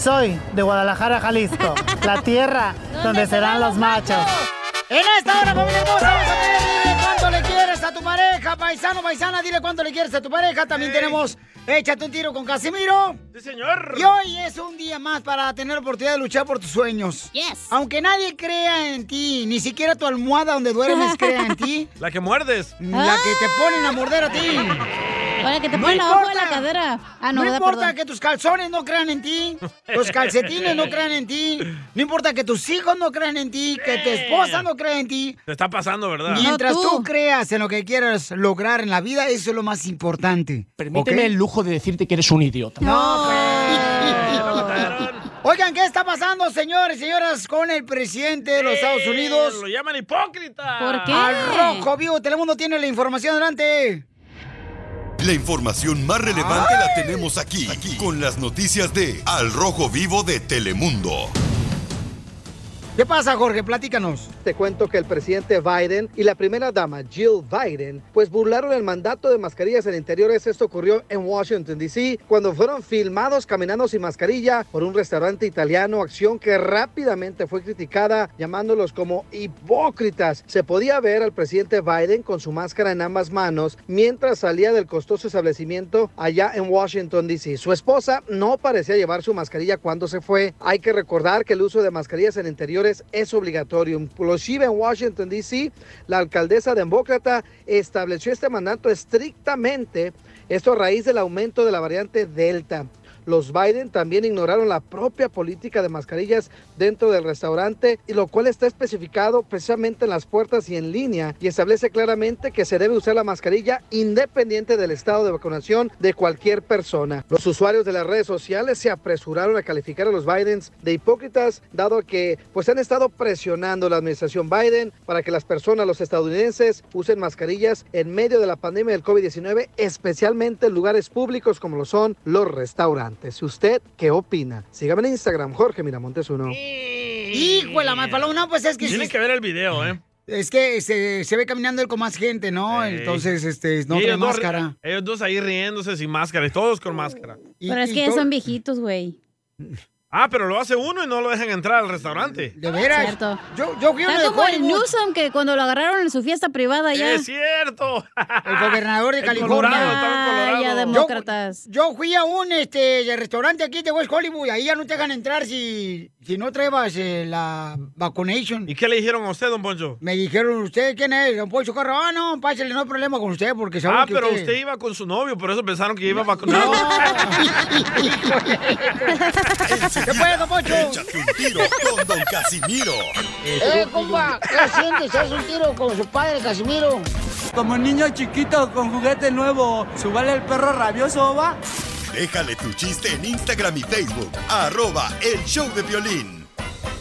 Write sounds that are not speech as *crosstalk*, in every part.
Soy de Guadalajara, Jalisco, la tierra donde serán los machos. En esta hora, familia hermosa, vamos a ver, dile cuánto le quieres a tu pareja, paisano, paisana, dile cuánto le quieres a tu pareja. También Sí. tenemos Échate un tiro con Casimiro. Sí, señor. Y hoy es un día más para tener la oportunidad de luchar por tus sueños. Yes. Aunque nadie crea en ti, ni siquiera tu almohada donde duermes crea en *laughs* ti, La que muerdes. la que te ponen a morder a ti. Para que te No ponen abajo de la importa. cadera. Ah, no, no ¿verdad? importa Perdón. que tus calzones no crean en ti, los *laughs* calcetines no crean en ti, no importa que tus hijos no crean en ti, que tu esposa no crea en ti. Te está pasando, ¿verdad? Mientras tú. creas en lo que quieras lograr en la vida, eso es lo más importante. Permíteme ¿ok? el lujo de decirte que eres un idiota. No, pues. Oigan, ¿qué está pasando, señores y señoras, con el presidente de los Estados Unidos? Eh, Lo llaman hipócrita. ¿Por Al rojo vivo, Telemundo tiene la información delante. La información más relevante la tenemos aquí, con las noticias de Al Rojo Vivo de Telemundo. ¿Qué pasa, Jorge? Platícanos. Te cuento que el presidente Biden y la primera dama Jill Biden pues burlaron el mandato de mascarillas en interiores. Esto ocurrió en Washington, D.C. cuando fueron filmados caminando sin mascarilla por un restaurante italiano, acción que rápidamente fue criticada llamándolos como hipócritas. Se podía ver al presidente Biden con su máscara en ambas manos mientras salía del costoso establecimiento allá en Washington, D.C. Su esposa no parecía llevar su mascarilla cuando se fue. Hay que recordar que el uso de mascarillas en interiores es obligatorio. Inclusive en Washington, D.C., la alcaldesa demócrata estableció este mandato estrictamente, esto a raíz del aumento de la variante Delta. Los Biden también ignoraron la propia política de mascarillas dentro del restaurante, y lo cual está especificado precisamente en las puertas y en línea, y establece claramente que se debe usar la mascarilla independiente del estado de vacunación de cualquier persona. Los usuarios de las redes sociales se apresuraron a calificar a los Bidens de hipócritas, dado que pues han estado presionando la administración Biden para que las personas, los estadounidenses, usen mascarillas en medio de la pandemia del COVID-19, especialmente en lugares públicos como lo son los restaurantes. ¿Usted qué opina? Sígame en Instagram, Jorge Miramontes uno. Hijo de la madre, Paloma, no, pues es que... Tienes sí- que ver el video, ¿eh? Es que se, se ve caminando él con más gente, ¿no? Ey. Entonces, este, no Y tiene ellos dos- máscara. ellos dos ahí riéndose sin máscara, y todos con máscara. Pero es que ya son viejitos, güey. Ah, pero lo hace uno y no lo dejan entrar al restaurante. De veras. Cierto. Yo, yo fui a uno de Está como el Hollywood. Newsom que cuando lo agarraron en su fiesta privada ya. Es cierto. El gobernador de El California. Colorado, estaba en Colorado. Vaya, demócratas. Yo, yo fui a un este, restaurante aquí de West Hollywood. Ahí ya no te dejan entrar si, si no traebas eh, la vacunation. ¿Y qué le dijeron a usted, don Poncho? Me dijeron, ¿usted quién es? Don Poncho Corro. Ah, no, pásale, no hay problema con usted porque sabemos Ah, que pero usted... iba con su novio, por eso pensaron que iba vacunado. ¿Qué puede, don Poncho? Échate un tiro con Don Casimiro. Eh, compa, ¿qué sientes? ¿Haz un tiro con su padre, Casimiro? Como niño chiquito con juguete nuevo, subale el perro rabioso, va. Déjale tu chiste en Instagram y Facebook, arroba el show de violín.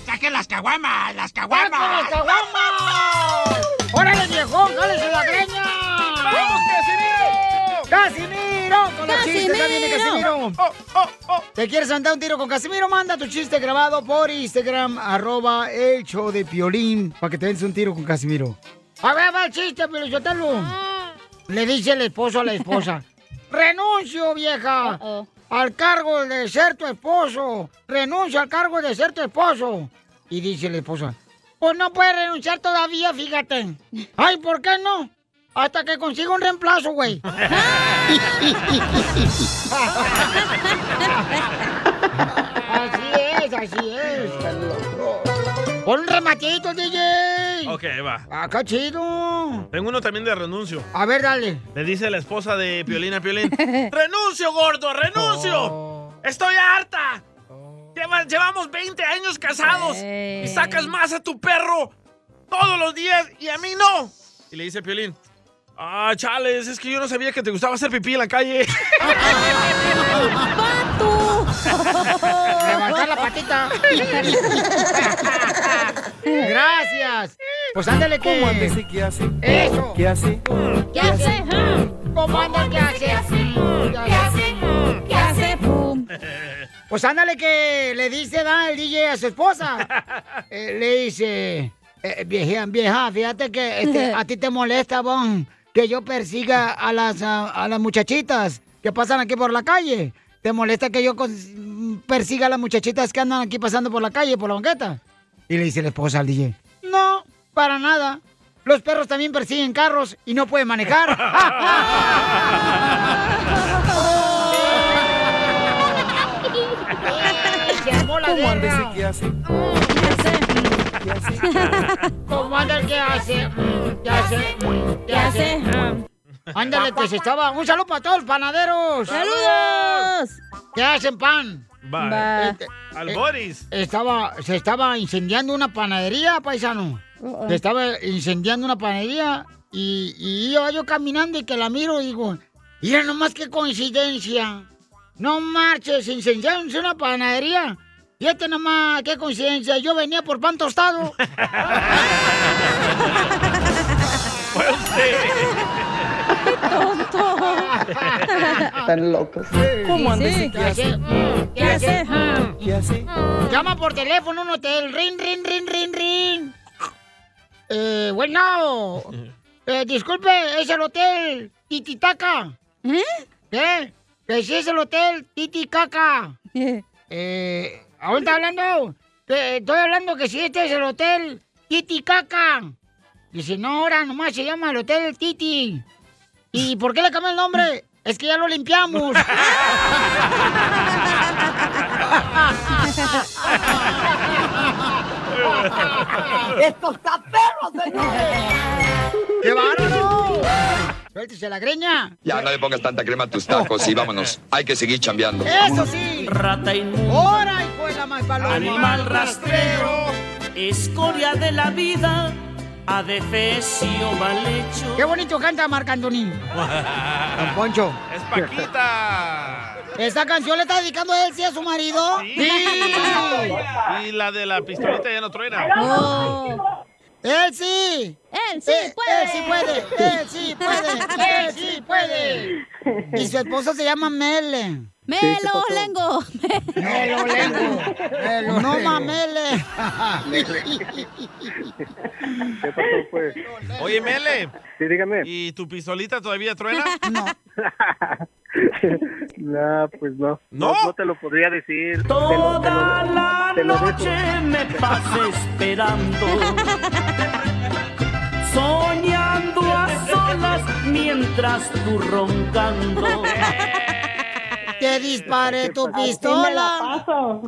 ¡Saquen las caguamas! ¡Las caguamas! las caguamas! ¡Órale, viejo! ¡Cálese la greña! ¡Vamos, Casimiro! ¡Casimiro! Con los chistes ya viene ¡Casimiro! Casimiro. ¿Te quieres andar un tiro con Casimiro? Manda tu chiste grabado por Instagram, arroba el show de Piolín, para que te des un tiro con Casimiro. A ver, va el chiste, Piolichotelo. Le dice el esposo a la esposa. ¡Renuncio, vieja! Al cargo de ser tu esposo. Renuncio al cargo de ser tu esposo. Y dice la esposa. Pues no puedes renunciar todavía, fíjate. Ay, ¿por qué no? Hasta que consiga un reemplazo, güey. *laughs* así es, así es. Pon un rematito, DJ. Ok, va. Acá chido. Tengo uno también de renuncio. A ver, dale. Le dice la esposa de Piolín *laughs* a Piolín. ¡Renuncio, gordo! Oh. ¡Renuncio! ¡Estoy harta! Lleva- llevamos 20 años casados y Eh. sacas más a tu perro todos los días y a mí no. Y le dice Piolín. Ah, chales, es que yo no sabía que te gustaba hacer pipí en *laughs* la calle. ¡Pato! Levantar la patita. Gracias. Pues ándale que... ¿Cómo andes y qué hace? Eso. ¿Qué hace? ¿Qué hace? ¿Cómo anda? ¿Qué hace? ¿Qué hace? ¿Qué hace? *laughs* Pues ándale que le dice da el DJ a su *laughs* esposa. Eh, le dice, eh, vieja, vieja, fíjate que este, a ti te molesta, Bon, que yo persiga a las, a, a las muchachitas que pasan aquí por la calle. ¿Te molesta que yo cons- mm, persiga a las muchachitas que andan aquí pasando por la calle, por la banqueta? Y le dice la esposa al DJ. No, para nada. Los perros también persiguen carros y no pueden *laughs* manejar. ¿Cómo anda ese que hace? ¿Cómo anda el que hace? Mm, ¿Qué hace? ¿Qué hace? Mm. Ándale, te se estaba. Un saludo para todos los panaderos. ¡Saludos! ¿Qué hacen pan? Va. Va. Eh, Al eh, Boris. Estaba, se estaba incendiando una panadería, paisano. Uh-uh. Se estaba incendiando una panadería y, y iba yo caminando y que la miro y digo, mira nomás qué coincidencia. No marches, incendiaron una panadería. Fíjate nomás, qué coincidencia. Yo venía por pan tostado. *laughs* Fue usted. Están locos. ¿Cómo anda Sí, ese sí. que hace? ¿Qué hace? ¿Qué hace? Llama por teléfono a un hotel. Rin, rin, rin, rin, rin. Eh, bueno. Eh, disculpe, es el hotel Tititaca. ¿Eh? ¿Qué? Que sí es el hotel Titicaca. Eh, ¿A dónde está hablando? Que estoy hablando que sí, este es el hotel Titicaca. Dice, no, ahora nomás se llama el hotel Titi. ¿Y por qué le cambió el nombre? Es que ya lo limpiamos. ¡Qué bárbaro! Suéltese la greña. Ya no le pongas tanta crema a tus tacos y vámonos. Hay que seguir chambeando. ¡Eso sí! Rata inmunda, ¡Hora, hijo de la más paloma! animal rastrero, escoria de la vida, adefesio mal hecho. ¡Qué bonito canta Marc Anthony! Don Poncho. Es Paquita. ¿Esta canción le está dedicando a él sí a su marido? Y la de la pistolita ya no truena. Oh. ¡Él sí! Él sí Eh, puede. ¡Él sí puede! ¡Él *laughs* sí puede! ¡Él sí puede! Y su esposa se llama Mele. Melo lengo. Melo lengo. *laughs* No mamele. ¿Qué pasó, pues? Oye, Mele, Sí, dígame. ¿y tu pistolita *laughs* todavía truena? No, pues no. ¿No? No te lo podría decir. Te lo- te lo- Toda la te lo *laughs* dejo. noche me pasé esperando, soñando a solas mientras tú roncando. ¡Te disparé tu pistola! Oh.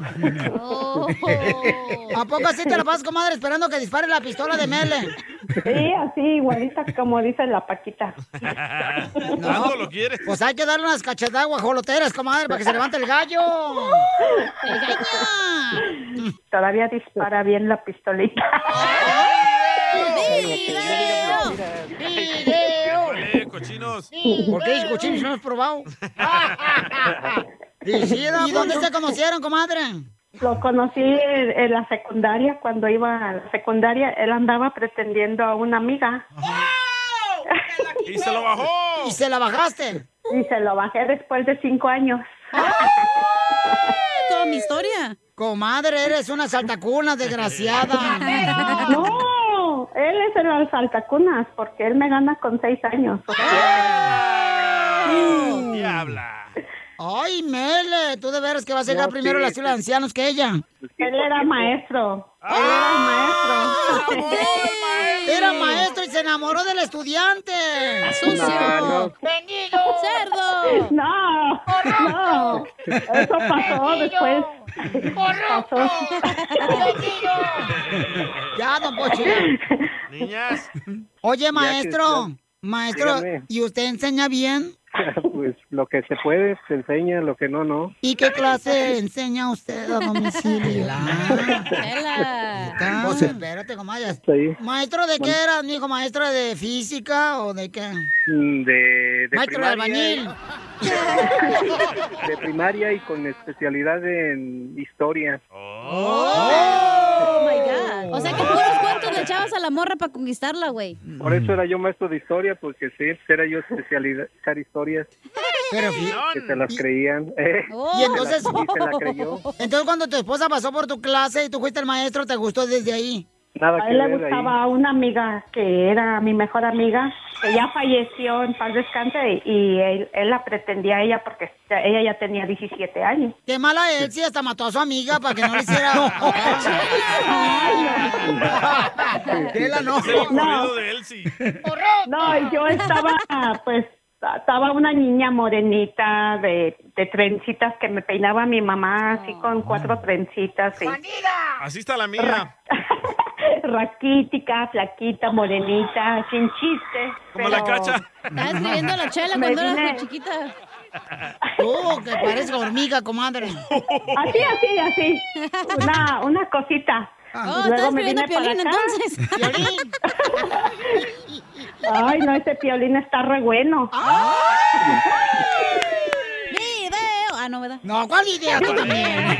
¿A poco así te la pasas, comadre, esperando que dispare la pistola de Mele? Sí, así, igualita como dice la Paquita. ¿Cuánto lo quieres? Pues hay que darle unas cachetadas guajoloteras, comadre, para que se levante el *laughs* gallo. *laughs* ¡El gallo! Todavía dispara bien la pistolita. Video. ¡Video! Vale, cochinos. ¿Por qué dice cochino si no has *laughs* probado? Y sí, ¿Y dónde se conocieron, comadre? Lo conocí en la secundaria, cuando iba a la secundaria, él andaba pretendiendo a una amiga Y se lo bajó. ¿Y se la bajaste? y se lo bajé después de cinco años. Toda mi historia. Comadre, eres una saltacuna *laughs* desgraciada. No, él es en las altacunas porque él me gana con seis años. Diabla. Ay, Mele, tú de veras que vas a llegar No, primero a la sí, ciudad de ancianos que ella. Él era maestro. Él era maestro. Era maestro y se enamoró del estudiante. Sucio. Cerdo. No, no, eso pasó después. Pasó. Ya, don Pocho. Niñas, Oye, maestro, ya. maestro, Dígame. ¿y usted enseña bien? pues lo que se puede se enseña, lo que no, no. ¿Y qué clase enseña usted a domicilio? Ah, Tela. está. Pues espérate, comadre. Ahí, Maestro, ¿de qué Pues- eras, mijo? ¿Maestro de física o de qué? mm, de, de Maestro de albañil. primaria, ¿eh? de primaria y con especialidad en historia. Oh my God. O sea que puros cuentos le echabas a la morra para conquistarla, güey. Por eso era yo maestro de historia, porque sí, era yo especializar historias Pero, fi- que se no. las creían. *laughs* Eh, Oh. y entonces, y se la creyó. entonces cuando tu esposa pasó por tu clase y tú fuiste el maestro, ¿te gustó desde ahí? Nada A que él le ver gustaba ahí. a una amiga que era mi mejor amiga, que ya falleció en paz descanse y él, él la pretendía a ella porque ella ya tenía 17 años. Qué mala él, sí, hasta mató a su amiga para que no le *laughs* hiciera... *laughs* Chela, no. Se le ocurrió No. de él, sí. No, yo estaba, pues, estaba una niña morenita de, de trencitas que me peinaba mi mamá, así con cuatro trencitas. Y Así está la mía. raquítica, flaquita, morenita, sin chiste. Como la pero- Cacha. Estaba escribiendo a la chela Me cuando eras vine- muy chiquita. Oh, que parece hormiga, comadre. Así, así, así. Una, una cosita. Oh, Ah. Y estabas me pidiendo vine para piolín acá. entonces. Ay, no, ese piolín está re bueno. Ah, Video. Ah, no, ¿verdad? No, ¿cuál idea? Tú también.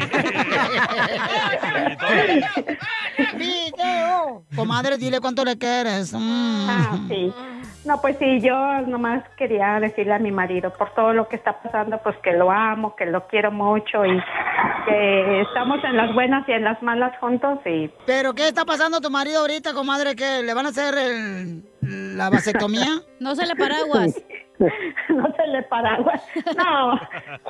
Video. Comadre, dile cuánto le quieres. Mm. Ah, sí. No, pues sí, yo nomás quería decirle a mi marido por todo lo que está pasando, pues que lo amo, que lo quiero mucho y que estamos en las buenas y en las malas juntos y ¿Pero qué está pasando tu marido ahorita, comadre? ¿Que le van a hacer el- la vasectomía? *laughs* No se le paraguas. *laughs* no se le paraguas. No,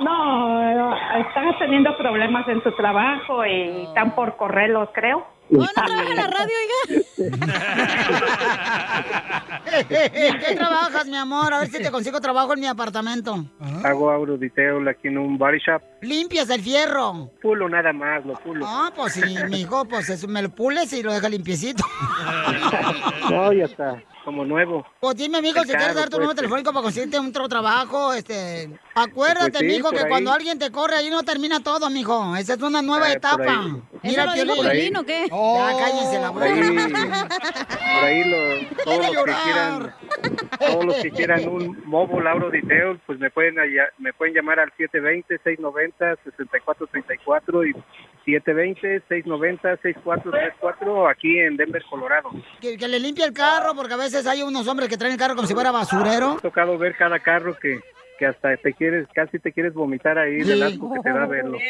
no, está teniendo problemas en su trabajo y están por correrlos, creo. No, no trabaja en la radio, oiga. ¿En qué trabajas, mi amor? A ver si te consigo trabajo en mi apartamento. Hago auroditeo aquí en un body shop. Limpias el fierro. Pulo nada más, lo pulo. Ah, pues sí, mijo, pues eso, me lo pules y lo deja limpiecito. No, ya está. Como nuevo. Pues dime, amigo, si Claro, quieres dar tu pues, número sí. telefónico para conseguirte un otro trabajo, este... Acuérdate, Pues sí, mijo, por que ahí. cuando alguien te corre, ahí no termina todo, mijo. Esa es una nueva Eh, por etapa. ahí. ¿Eso lo dijo Piolín. Oh, Piolín o qué? Ya, cállense la Por boca. *laughs* ahí, por ahí lo- todos los que quieran, todos los que quieran un móvil auroditeo, pues me pueden halla- me pueden llamar al 720 690 6434 y 720 690 6434 aquí en Denver, Colorado. Que, que le limpie el carro, porque a veces hay unos hombres que traen el carro como si fuera basurero. Me ha tocado ver cada carro que que hasta te quieres, casi te quieres vomitar ahí del asco que te *laughs* da verlo. *laughs*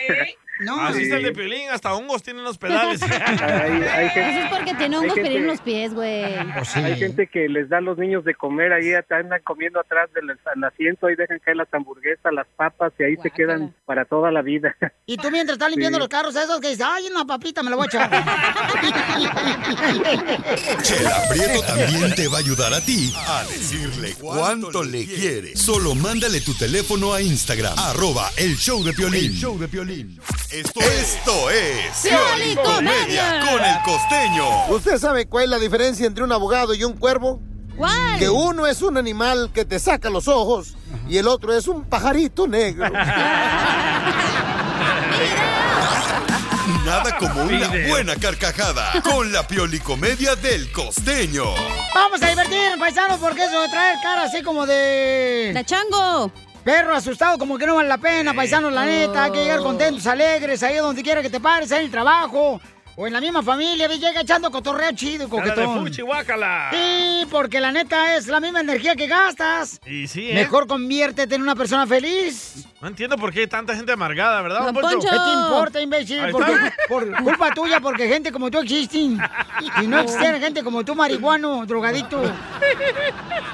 Así está el de Sí. Piolín, hasta hongos tienen los pedales. Hay- hay gente- Eso es porque tiene hay hongos gente- pedir en los pies, güey. *laughs* Hay gente que les da a los niños de comer ahí, hasta andan comiendo atrás del al asiento, ahí dejan caer las hamburguesas, las papas y ahí se quedan para toda la vida. *laughs* Y tú mientras estás limpiando Sí. los carros esos que dices, ay, una papita, me la voy a *laughs* echar. Chela Prieto también te va a ayudar a ti a decirle cuánto le quiere. Solo mándale tu teléfono a Instagram, arroba el show de Piolín. El show de Piolín. Esto, Esto es Pioli Comedia. Comedia con el costeño. ¿Usted sabe cuál es la diferencia entre un abogado y un cuervo? ¿Cuál? Que uno es un animal que te saca los ojos y el otro es un pajarito negro. Nada como una buena carcajada con la Pioli Comedia del costeño. Vamos a divertirnos, paisanos, porque eso de traer cara así como de... ¡De chango! Perro asustado, como que no vale la pena, paisanos, la neta. Hay que llegar Oh. contentos, alegres, ahí donde quiera que te pares, ahí en el trabajo. O en la misma familia, ve, llega echando cotorreo chido y Cara de coquetón. fuchi, guácala. Sí, porque la neta es la misma energía que gastas. Y sí, ¿eh? Mejor conviértete en una persona feliz. No entiendo por qué hay tanta gente amargada, ¿verdad, don Poncho? ¿Qué te importa, imbécil? Ahí Porque- está. por culpa tuya, porque gente como tú existe. Y no existen gente como tú, marihuano, drogadicto,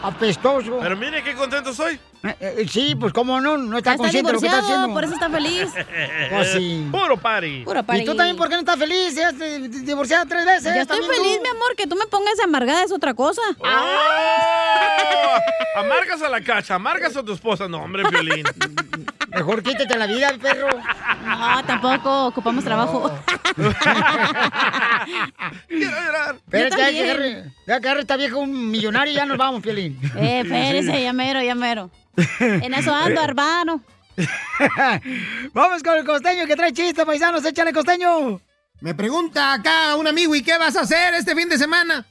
apestoso. Pero mire qué contento soy. Eh, eh, sí, pues cómo no, no está Está consciente de lo que está divorciado, haciendo. por eso está *laughs* feliz. Pues sí. Puro party. ¿Y tú también por qué no estás feliz? Ya te- te- divorciada tres veces. Yo estoy también tú. Ah. feliz, mi amor, que tú me pongas amargada es otra cosa. ¡Oh! Amargas a la cacha, amargas a tu esposa. No, hombre, Piolín. *laughs* Mejor quítate la vida, perro. No, tampoco, ocupamos trabajo. Espérate, Yo ya que también. agarre, ya que agarre esta vieja un millonario y ya nos vamos, Piolín. *laughs* Eh, espérese, ya mero, ya mero. En eso ando, hermano. Eh. *laughs* Vamos con el costeño que trae chistes, paisanos. Échale, costeño. Me pregunta acá un amigo, ¿y qué vas a hacer este fin de semana?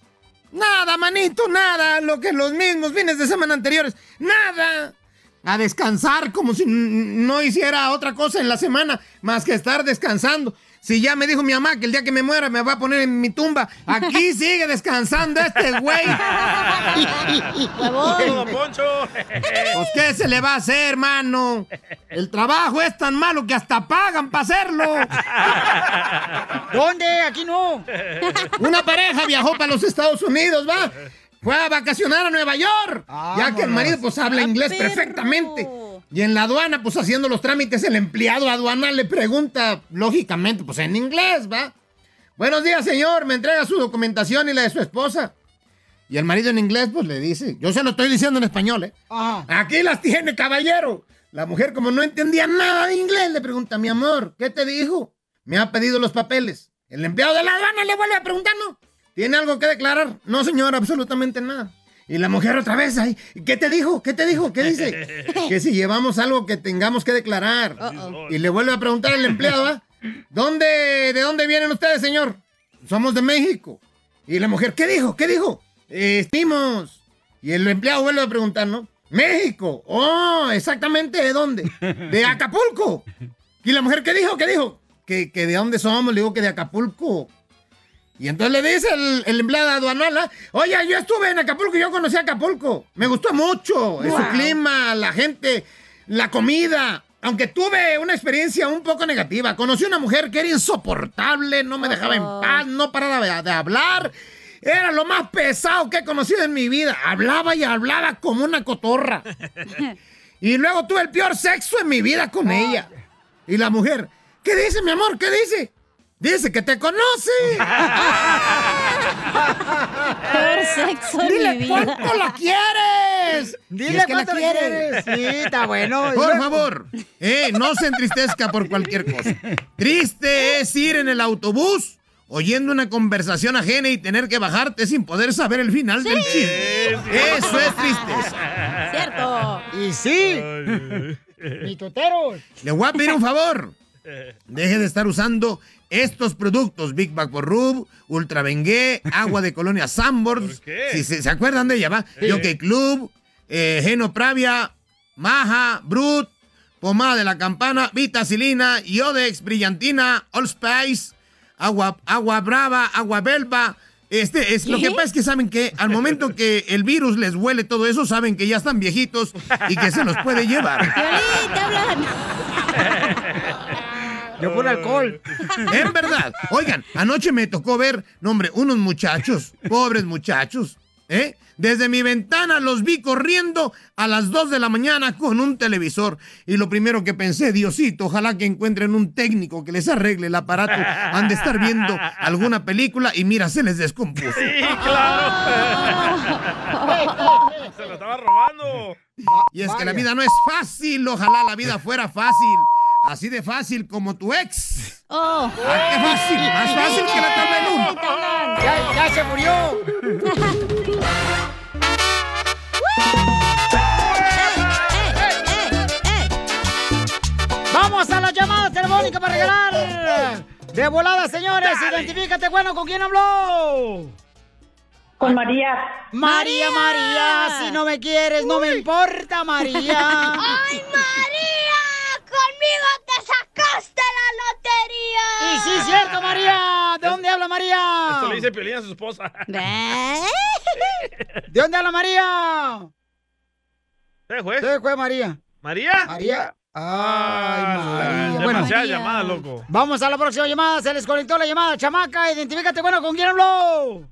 Nada, manito, nada. Lo que los mismos fines de semana anteriores. Nada. a descansar como si n- no hiciera otra cosa en la semana más que estar descansando. Si ya me dijo mi mamá que el día que me muera me va a poner en mi tumba, aquí sigue descansando este güey. Don Poncho. Pues qué se le va a hacer, hermano. El trabajo es tan malo que hasta pagan para hacerlo. ¿Dónde? Aquí no. *laughs* Una pareja viajó para los Estados Unidos, va. Fue a vacacionar a Nueva York. ya que el marido pues Ah, habla inglés perfectamente. Y en la aduana, pues haciendo los trámites, el empleado aduana le pregunta, lógicamente, pues en inglés, va. Buenos días, señor. Me entrega su documentación y la de su esposa. Y el marido en inglés, pues le dice, yo se lo estoy diciendo en español, ¿eh? Aquí las tiene, caballero. La mujer, como no entendía nada de inglés, le pregunta, mi amor, ¿qué te dijo? Me ha pedido los papeles. El empleado de la aduana le vuelve a preguntar, ¿no? ¿Tiene algo que declarar? No, señor, absolutamente nada. Y la mujer otra vez, ay, ¿qué te dijo? ¿Qué te dijo? ¿Qué dice? que si llevamos algo que tengamos que declarar. Y le vuelve a preguntar el empleado, ¿ah? ¿Dónde, ¿de dónde vienen ustedes, señor? Somos de México. Y la mujer, ¿qué dijo? ¿Qué dijo? Eh, Estimos. Y el empleado vuelve a preguntar, ¿no? México. Oh, exactamente, ¿de dónde? De Acapulco. Y la mujer, ¿qué dijo? ¿Qué dijo? Que, que de dónde somos, le digo que de Acapulco. Y entonces le dice el, el empleado aduanal, ¿ah? oye, yo estuve en Acapulco, yo conocí Acapulco. Me gustó mucho, es su clima, la gente, la comida. Aunque tuve una experiencia un poco negativa. Conocí una mujer que era insoportable, no me dejaba en Oh. paz, no paraba de, de hablar. Era lo más pesado que he conocido en mi vida. Hablaba y hablaba como una *laughs* cotorra. Y luego tuve el peor sexo en mi vida Oh. con ella. Y la mujer, ¿qué dice, mi amor? ¿Qué dice? Dice que te conoce. *laughs* *laughs* Peor sexo en Dile mi vida. cuánto la quieres. Dile Y es que cuánto la quieres. Sí, está bueno. Y Por luego- favor, eh, no se entristezca por cualquier cosa. Triste es ir en el autobús oyendo una conversación ajena y tener que bajarte sin poder saber el final del chisme. Eso es tristeza. Cierto. Y sí. Eh. Y toteros. Le voy a pedir un favor. Deje de estar usando estos productos, Big Bag por Rub, Ultra Bengué, agua de colonia Sambors. Si se, se acuerdan de ella, ¿va? Jockey Club, eh, Geno Pravia, Maja, Brut, Pomada de la Campana, Vitacilina, Iodex, Brillantina, All Spice, agua, agua Brava, Agua Belva. Este es lo que ¿Qué? pasa es que saben que al momento que el virus les huele todo eso, saben que ya están viejitos y que se los puede llevar. Yo por alcohol. *laughs* En verdad. Oigan, anoche me tocó ver, no, hombre, unos muchachos, pobres muchachos, ¿eh? Desde mi ventana los vi corriendo a las 2 de la mañana con un televisor. Y lo primero que pensé, Diosito, ojalá que encuentren un técnico que les arregle el aparato. Han de estar viendo alguna película y mira, se les descompuso. Sí, claro. Se lo estaba robando. Y es que la vida no es fácil, ojalá la vida fuera fácil. Así de fácil como tu ex. Ah, ¡Oh! ¡Qué fácil! ¡Más fácil que la tabla de Nun. Ya, ya se murió. Vamos a las llamadas telefónicas para regalar. De volada, señores. Identifícate, bueno, ¿con quién habló? Con María. María, María, si no me quieres, no me importa, María. *laughs* ¡Ay, María! ¡Conmigo te sacaste la lotería! Y sí, cierto, María. ¿De dónde habla María? Esto le dice Piolín a su *laughs* esposa. ¿De dónde habla María? ¿Te juez? ¿Te juez, María? ¿María? Ah. María. Ay, María. Bueno, Demasiada María. llamada, *laughs* loco. Vamos a la próxima llamada. Se les conectó la llamada. Chamaca, identifícate, bueno, ¿con quién habló?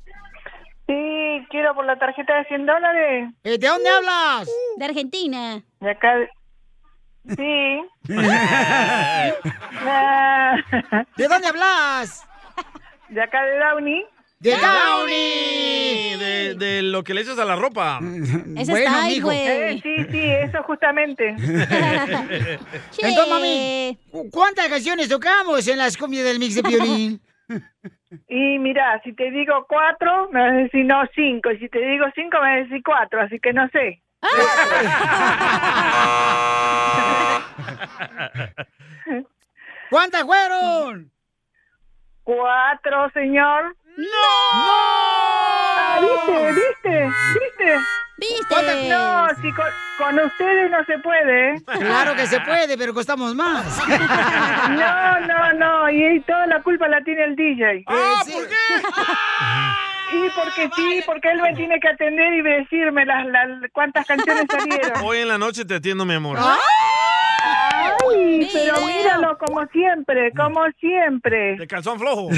Sí, quiero por la tarjeta de 100 dólares. Eh, ¿De dónde hablas? De Argentina. De acá. Sí. ¿De dónde hablas? De acá de Downey. ¡De ¡Ah! Downey! De, de lo que le echas a *laughs* la ropa. Ese está ahí, Eh, sí, sí, eso justamente. Entonces, mami, ¿cu- ¿cuántas canciones tocamos en las cumbias del mix de Piolín? *laughs* Y mira, si te digo cuatro, me vas a decir no cinco. Y si te digo cinco, me vas a decir cuatro. Así que no sé. *laughs* ¿Cuántas fueron? Cuatro, señor. ¡No! Ah, ¿Viste? ¿Viste? ¿Viste? ¿Viste? No, si con, con ustedes no se puede. Claro que se puede, pero costamos más. *laughs* No, no, no. Y toda la culpa la tiene el DJ. Ah, ¿por qué? Sí, porque sí, porque él me tiene que atender y decirme las, las- cuántas canciones *laughs* salieron. Hoy en la noche te atiendo, mi amor. Ah. Ay, pero míralo como siempre, como siempre. De calzón flojo.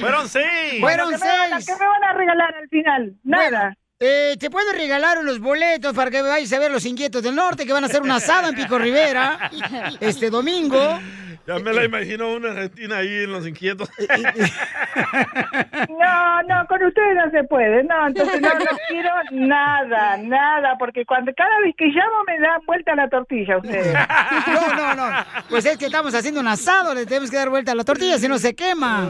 Fueron seis. Fueron ¿Qué me van a- seis. qué me van a regalar al final? Nada. Eh, te puedo regalar unos boletos para que vayas a ver los inquietos del norte que van a hacer una asada en Pico *laughs* Rivera este domingo. Ya me la imagino una argentina ahí en Los Inquietos. Eh, No, no, con ustedes no se puede. No, entonces no, no quiero nada, nada, porque cuando cada vez que llamo me dan vuelta la tortilla ustedes. *laughs* No, no, no. Pues es que estamos haciendo un asado, le tenemos que dar vuelta a la tortilla, si no se quema.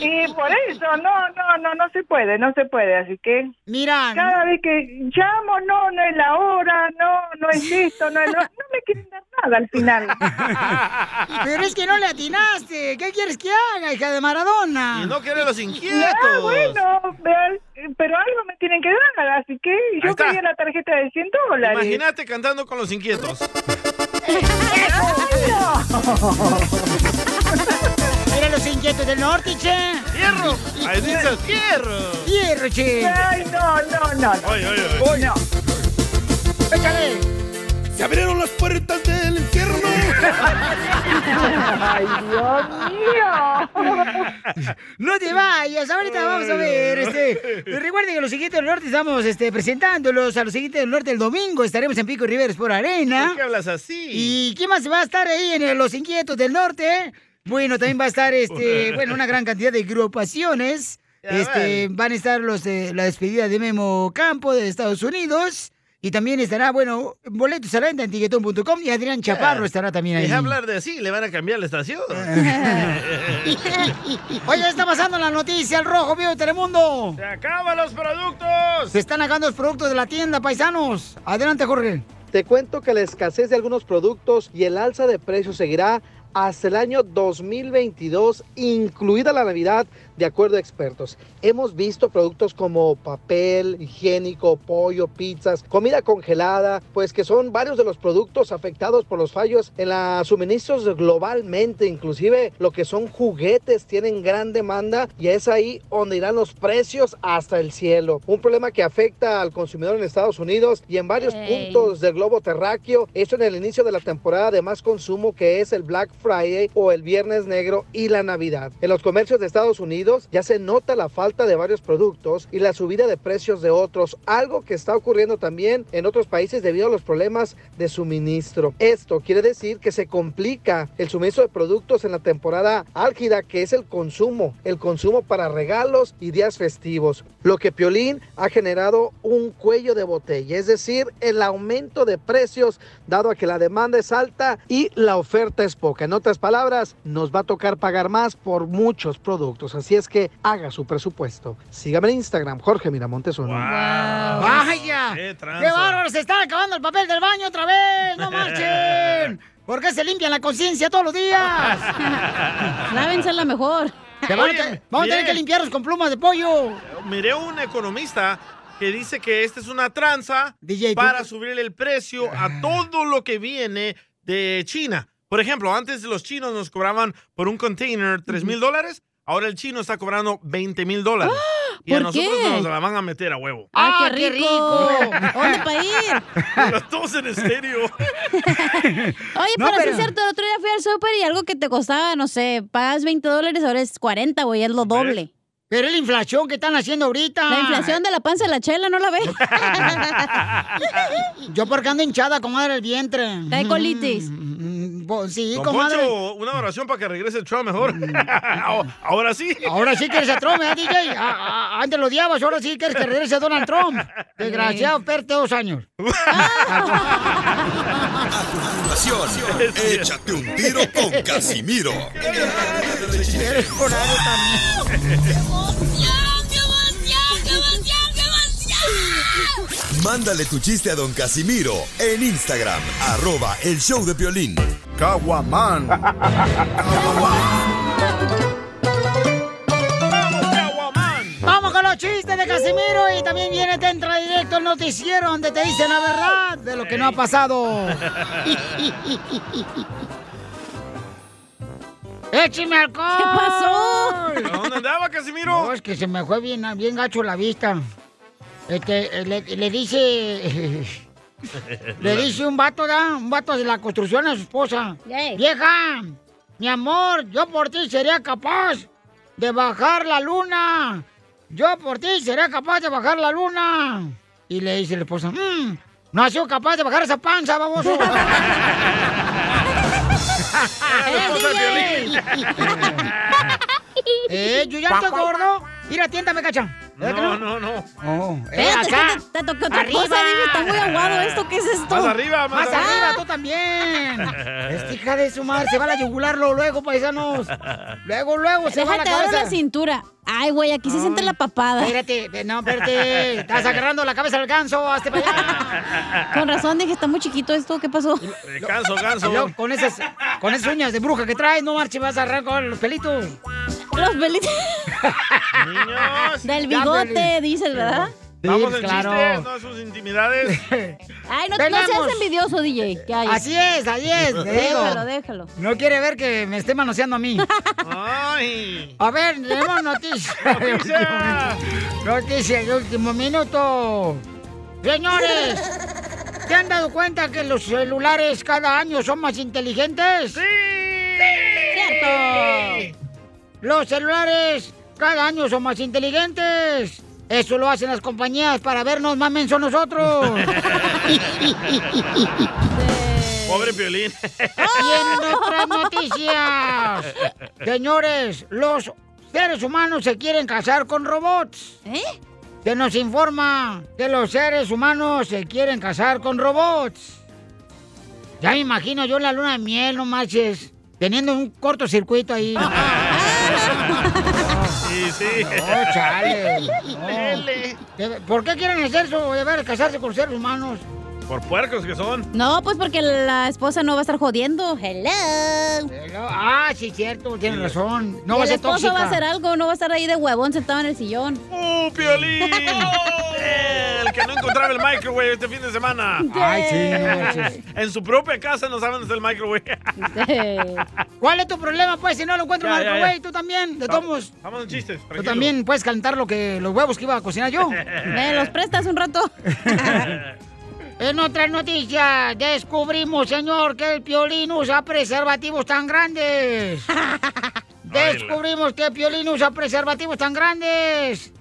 Y por eso, no, no, no, no se puede, no se puede, así que... Mira... Cada vez que llamo, no, no es la hora, no, no es esto, no es lo... No me quieren dar nada al final. Pero es que no le atinaste. ¿Qué quieres que haga, hija de Maradona? Y no quiere los inquietos. Ah, bueno, pero- pero algo me tienen que dar, así que yo quería la tarjeta de 100 dólares. Imagínate cantando con los *laughs* inquietos. *laughs* Mira los inquietos del norte, che. ¡Fierro! Ahí dices, ¡fierro! ¡Fierro, che! Ay, no, no, no. Oye, oye, oye. No. ¡Échale! Se abrieron las puertas del infierno. Ay, Dios mío. No te vayas, ahorita vamos a ver. Este, recuerden que los siguientes del norte estamos este, presentándolos a los siguientes del norte el domingo. Estaremos en Pico Riveres por Arena. ¿Por qué hablas así? ¿Y quién más va a estar ahí en el Los Inquietos del Norte? Bueno, también va a estar este, *laughs* bueno, una gran cantidad de agrupaciones. Este, van a estar los de la despedida de Memo Campo de Estados Unidos. Y también estará, bueno, boletos a la venta en tiquetón.com y Adrián Chaparro estará también ahí. Deja hablar de así, le van a cambiar la *laughs* estación. *laughs* Oye, está pasando la noticia, el rojo vivo de Telemundo. ¡Se acaban los productos! Se están acabando los productos de la tienda, paisanos. Adelante, Jorge. Te cuento que la escasez de algunos productos y el alza de precios seguirá hasta el año 2022, incluida la Navidad, de acuerdo a expertos. Hemos visto productos como papel higiénico, pollo, pizzas, comida congelada, pues que son varios de los productos afectados por los fallos en los suministros globalmente, inclusive lo que son juguetes tienen gran demanda y es ahí donde irán los precios hasta el cielo. Un problema que afecta al consumidor en Estados Unidos y en varios Ey. puntos productos del globo terráqueo. Esto en el inicio de la temporada de más consumo que es el Black Friday o el Viernes Negro y la Navidad. En los comercios de Estados Unidos ya se nota la falta de varios productos y la subida de precios de otros, algo que está ocurriendo también en otros países debido a los problemas de suministro. Esto quiere decir que se complica el suministro de productos en la temporada álgida que es el consumo, el consumo para regalos y días festivos, lo que Piolín ha generado un cuello de botella, es decir, el aumento de precios dado a que la demanda es alta y la oferta es poca. En otras palabras, nos va a tocar pagar más por muchos productos, así es que haga su presupuesto. Sígame en Instagram, Jorge Miramontes uno. ¡Vaya! ¡Qué, bárbaro! Se está acabando el papel del baño otra vez. ¡No *laughs* marchen! ¿Por qué se limpian la conciencia todos los días? Lávense la mejor. vamos a, Oye, te- vamos a tener bien. que limpiarlos con plumas de pollo. Miré un economista que dice que esta es una tranza para subirle el precio Ah. a todo lo que viene de China. Por ejemplo, antes los chinos nos cobraban por un container 3 mil dólares, ahora el chino está cobrando 20 mil dólares. ¡Ah! Y a ¿por qué? nosotros nos la van a meter a huevo. ¡Ah, qué rico! *laughs* ¿Dónde para ir? Los dos en estéreo. Oye, No, pero, sí pero- es cierto, el otro día fui al súper y algo que te costaba, no sé, pagas 20 dólares, ahora es 40, güey, es lo doble. Pero la inflación que están haciendo ahorita. La inflación de la panza de la chela, ¿no la ves? *laughs* Yo porque ando hinchada, comadre, el vientre. Trae colitis. Mm, bo- Sí, Don comadre. Mm. Poncho, una oración para que regrese Trump mejor. Ahora- *laughs* Ahora sí. Ahora sí quieres a Trump, ¿eh, DJ? A- a- antes lo odiabas, ahora sí quieres que regrese Donald *laughs* Trump. Desgraciado, perte dos años. Ah, Acción. Échate un tiro con Casimiro. Mándale tu chiste a don Casimiro en Instagram, arroba el show de violín. Caguaman. ¡Vamos con los chistes! chisme de Casimiro y también viene te entra directo el noticiero donde te dicen la verdad de lo que no ha *laughs* pasado. *laughs* ¡Écheme alcohol! ¿Qué pasó? ¿Dónde andaba Casimiro? No, es que se me fue bien, bien gacho la vista. Este, eh, le, le dice... Le dice un vato, ¿da? Un vato de la construcción a su esposa. Vieja, mi amor, yo por ti sería capaz de bajar la luna. Yo por ti sería capaz de bajar la luna. Y le dice la esposa, "Mm, no ha sido capaz de bajar esa panza, baboso. *laughs* eh, yo ya estoy gordo. Mira, tiéntame, cacha. No, no, no. Oh, eh, Espérate, acá. te- te tocó otra cosa, dime, está muy aguado esto, ¿qué es esto? Más arriba, más Más arriba. arriba, tú *laughs* también. Esta hija de su madre se va a la yugular luego, luego, paisanos. Luego, luego, se va a la Déjate ahora cabeza. la cintura. Ay, güey, aquí se siente la papada. Ah. Espérate, ve- no, espérate. Estás agarrando la cabeza al ganso, hazte para Ah. allá. Con razón dije, está muy chiquito esto, ¿qué pasó? Ganso, ganso. Y luego, con esas, con esas uñas de bruja que traes, no marches, vas a agarrar con los pelitos. Los pelitos. Del bigote, dices, ¿verdad? pues Vamos en claro. chistes, no *laughs* sus intimidades. Ay, no, no Tenemos. seas *laughs* envidioso, DJ. Ya, ya. Así es, así es. te digo. Déjalo, déjalo. No quiere ver que me esté manoseando a mí. A ver, tenemos noticias. Noticias. Noticias de último minuto. Señores, ¿se han dado cuenta que los celulares cada año son más inteligentes? ¡Sí! ¡Cierto! Los celulares cada año son más inteligentes. Eso lo hacen las compañías para vernos más mensos nosotros. Pobre Piolín. *laughs* Y en nuestras noticias, señores, los seres humanos se quieren casar con robots. ¿Eh? Se nos informa que los seres humanos se quieren casar con robots. Ya me imagino yo en la luna de miel, no marches, teniendo un cortocircuito *laughs* ahí. Sí, sí. No, *laughs* chale. no. De- ¿Por qué quieren hacer eso? De ver, casarse con seres humanos. Por puercos que son. No, pues porque la esposa no va a estar jodiendo. Hello. Ah, sí, cierto, tienes razón. No Y va a el ser esposo tóxica. Oh, va a hacer algo, no va a estar ahí de huevón sentado en el sillón. ¡Uh, Piolín! *laughs* El que no encontraba el microwave este fin de *laughs* semana. Ay, sí, no manches. En su propia casa no saben hacer el microwave. ¿Cuál es tu problema, pues? Si no lo encuentro, Ya, Marco, ya, ya. güey, tú también, de tomos. Vamos en chistes. Tú tranquilo. también puedes calentar lo que, los huevos que iba a cocinar yo. *laughs* Me los prestas un rato? en otras noticias, descubrimos, señor, que el piolín usa preservativos tan grandes. *laughs* *laughs* descubrimos que el piolín usa preservativos tan grandes.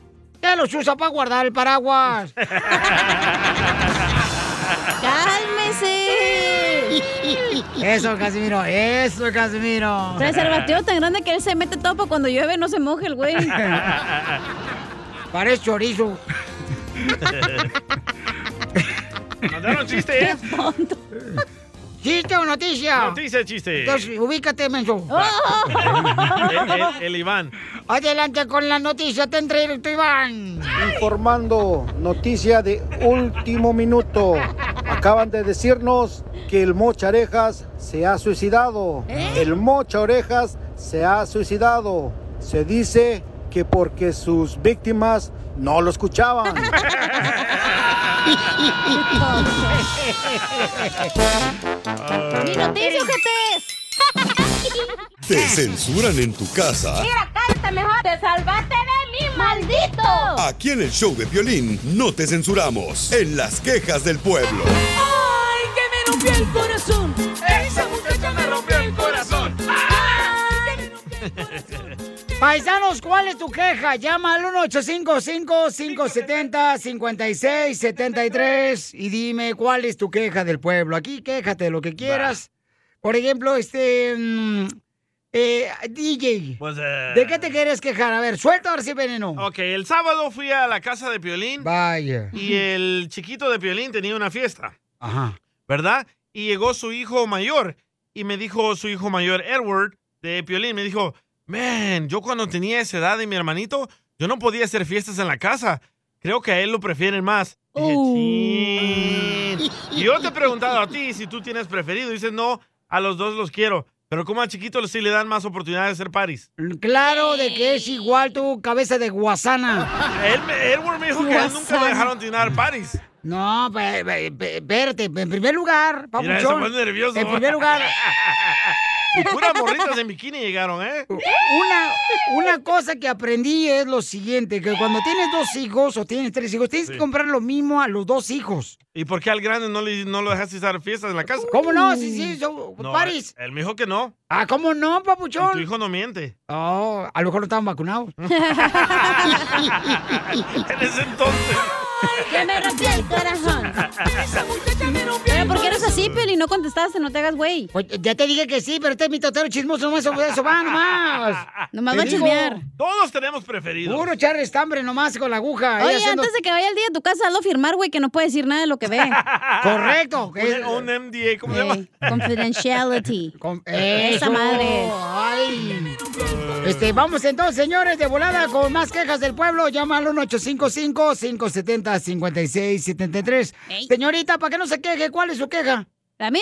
Que los usa para guardar el paraguas. ¡Cálmese! Eso, Casimiro, eso, Casimiro. *laughs* Preservativo tan grande que él se mete todo para cuando llueve no se moje el *laughs* güey. Parece chorizo. Mandaron chistes. ¿eh? ¿Chiste o noticia? Noticia, chiste. Entonces, ubícate, menso. El, el- *laughs* el Iván. Adelante con la noticia, te entrego, Iván. Informando, noticia de último minuto. Acaban de decirnos que el Mocha Orejas se ha suicidado. El Mocha Orejas se ha suicidado. Se dice que porque sus víctimas no lo escuchaban. ¡Mi noticia, ojetes! Te censuran en tu casa. cállate mejor. Te salvaste de mí, maldito. Aquí en el show de violín no te censuramos. En las quejas del pueblo. ¡Ay, que me rompió el corazón! ¡Esa muchacha me rompió el corazón! Paisanos, ¿cuál es tu queja? Llama al 1-855-570-5673 y dime cuál es tu queja del pueblo. Aquí quéjate de lo que quieras. Por ejemplo, este... mm, eh, DJ, Pues, eh, ¿de qué te quieres quejar? A ver, suelta ahora sí veneno. Ok, el sábado fui a la casa de Piolín. Vaya. Y el chiquito de Piolín tenía una fiesta, Ajá. ¿verdad? Y llegó su hijo mayor. Y me dijo su hijo mayor, Edward, de Piolín, me dijo, man, yo cuando tenía esa edad de mi hermanito, yo no podía hacer fiestas en la casa. Creo que a él lo prefieren más. Dije, "Chin". Y yo te he preguntado a ti si tú tienes preferido. Dices, no, a los dos los quiero. Pero como a chiquitos sí le dan más oportunidad de ser paris. Claro, de que es igual tu cabeza de guasana. *laughs* Él, me- Edward me dijo que a él nunca Guasana. le dejaron tirar paris. No, pe- pe- pe- espérate, en primer lugar, Mira, se papuchón, pone nervioso. En primer lugar, *laughs* Y puras morritas en bikini llegaron, ¿eh? una, una cosa que aprendí es lo siguiente, que cuando tienes dos hijos o tienes tres hijos, tienes que comprar lo mismo a los dos hijos. ¿Y por qué al grande no le, no lo dejaste hacer fiestas en la casa? ¿Cómo no? Sí, sí, son No, paris. Él me dijo que no. Ah, ¿cómo no, papuchón? Tu hijo no miente. Oh, a lo mejor no estaban *laughs* vacunados. en ese entonces. Que me rompió el corazón. Pero ¿por qué eres así, Peli? No contestaste, no te hagas güey. Pues, ya te dije que sí, pero este es mi totero chismoso, nomás sobre eso va, *laughs* nomás. *laughs* Nomás Te va a digo, chismear. Todos tenemos preferidos. Puro Charles Tambre nomás con la aguja. ahí Oye, haciendo- antes de que vaya el día a tu casa, hazlo firmar, güey, que no puede decir nada de lo que ve. *laughs* Correcto. Un, E, un MDA, ¿cómo se Ey, llama? confidentiality. Eso. Esa madre. Ay. Este, vamos entonces, señores, de volada con más quejas del pueblo. Llama al 1-855-570-5673. Señorita, ¿para qué no se queje? ¿Cuál es su queja? ¿La mía?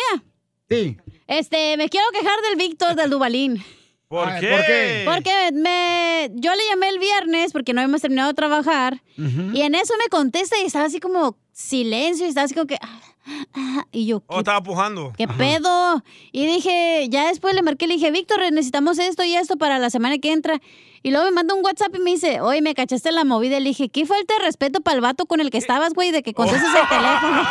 Sí. Este, me quiero quejar del Víctor del Dubalín. ¿Por Ay, qué? ¿por qué? Porque me, yo le llamé el viernes porque no habíamos terminado de trabajar. Y en eso me contesta y estaba así como silencio y estaba así como que... ah, ah, y yo, Oh, estaba pujando. ¿Qué pedo? Y dije, ya después le marqué, le dije, Víctor, necesitamos esto y esto para la semana que entra. Y luego me manda un WhatsApp y me dice, oye, me cachaste en la movida. Le dije, ¿qué falta de respeto para el vato con el que estabas, güey, de que contestes el teléfono?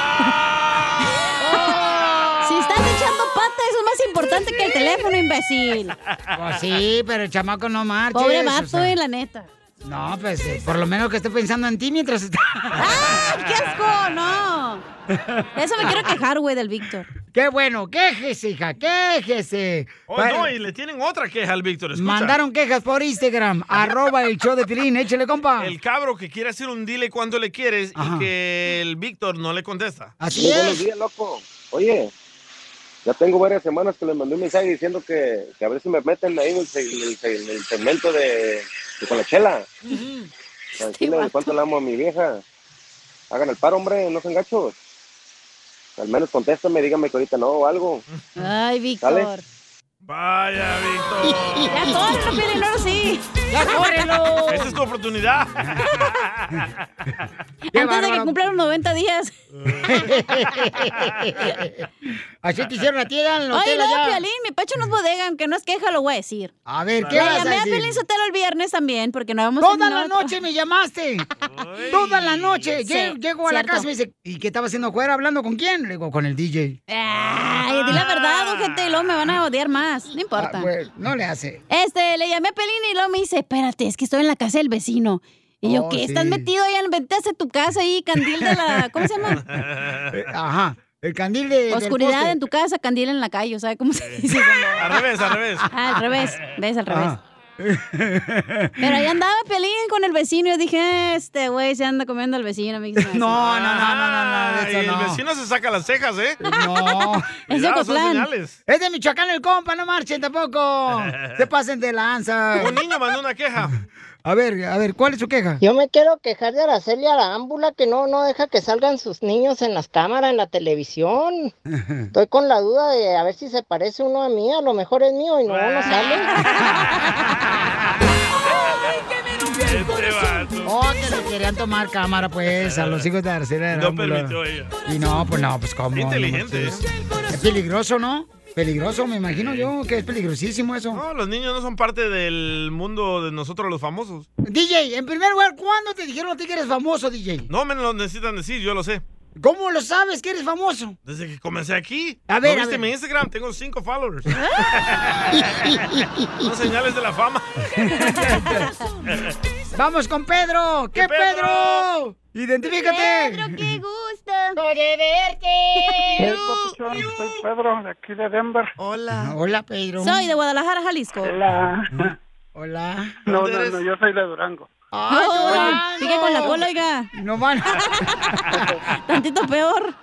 si estás echando pata, eso es más importante que el teléfono, imbécil. *laughs* Pues sí, pero el chamaco no marcha. Pobre vato, güey, la neta. No, pues eh, por lo menos que esté pensando en ti mientras está. ¡Ay, ¡Ah! qué asco! No. De Eso me quiero quejar, güey, del Víctor. ¡Qué bueno! ¡Quéjese, hija! ¡Quéjese! Oh, Vale. no, y le tienen otra queja al Víctor. Escucha. Mandaron quejas por *laughs* Instagram, arroba el show de Pirín, échale compa. El cabro que quiere hacer un dile cuando le quieres Ajá. y que el Víctor no le contesta. Así buenos días, loco. Oye, ya tengo varias semanas que les mandé un mensaje diciendo que, que a ver si me meten ahí en el, se- en el se- en el segmento de, de con la chela. Tranquila, de cuánto le amo a mi vieja. Hagan el paro, hombre, no sean gachos. Al menos contéstame, dígame que ahorita no o algo. Ay, Víctor. Dale. Vaya, Víctor. Ya córrelo, Piolín, ahora sí. *laughs* Ya córrelo. Esta es tu oportunidad. Antes de que cumplan los *laughs* 90 días. *laughs* Así te hicieron a ti, Dan, lo Oye, tela no, ya. Piolín, mi pecho no es bodega, aunque no es queja, lo voy a decir. A ver, ¿qué Le vas a llamé a decir? Piolín Sotelo el viernes también, porque no habíamos Toda la terminado de noche me llamaste. Toda la noche. Sí, Lle- Llego a la cierto. casa y me dice, ¿y qué estaba haciendo afuera? ¿Hablando con quién? Le digo, con el DJ. Ay, di la verdad, don gente, y luego me van a odiar más. No importa. Ah, pues, no le hace. Este, le llamé a Pelín y luego me dice, espérate, es que estoy en la casa del vecino. Y yo, Oh, ¿qué? sí. ¿Estás metido ahí? Ventaste tu casa ahí, candil de *laughs* la... ¿Cómo se llama? Eh, Ajá. El candil de. del Oscuridad poste. en tu casa, candil en la calle, ¿sabes cómo se *laughs* dice? Al revés, al revés. Ah, al revés, ves, al revés. Ah. Pero ahí andaba Pelín con el vecino y yo dije, este güey se anda comiendo al vecino. me *laughs* dice, No, no, no, Ah. *laughs* no, no, no, Ay, eso el no. vecino se saca las cejas, ¿eh? *laughs* No. Es de Cuidado, son Ocotlán. señales. Es de Michoacán el compa, no marchen *laughs* tampoco. Se pasen de lanza. Un niño mandó una queja. *laughs* A ver, a ver, ¿cuál es su queja? Yo me quiero quejar de Araceli Arámbula que no, no deja que salgan sus niños en las cámaras, en la televisión. Estoy con la duda de a ver si se parece uno a mí, a lo mejor es mío y no, Ah. no *laughs* sale. Oh, que le querían tomar cámara, pues, a los hijos de Araceli No Arámbula. permitió ella. Y no, pues no, pues cómo. Inteligente, No marches. es peligroso, ¿no? Peligroso, me imagino yo, que es peligrosísimo eso. No, los niños no son parte del mundo de nosotros los famosos. DJ, en primer lugar, ¿cuándo te dijeron a ti que eres famoso, DJ? No me lo necesitan decir, yo lo sé. ¿Cómo lo sabes que eres famoso? Desde que comencé aquí. A ver, ¿No a viste ver. mi Instagram? Tengo cinco *laughs* followers. Son señales de la *laughs* fama. Vamos con Pedro. ¿Qué, Pedro? Identifícate. qué gusto de *laughs* Hey, verte. Soy Pedro, de aquí de Denver. Hola. Hola, Pedro. Soy de Guadalajara, Jalisco. Hola. Hola. No, no, no, yo soy de Durango. Ay, qué Ay, bueno. sigue con la cola, oiga. No *laughs* van. Tantito peor.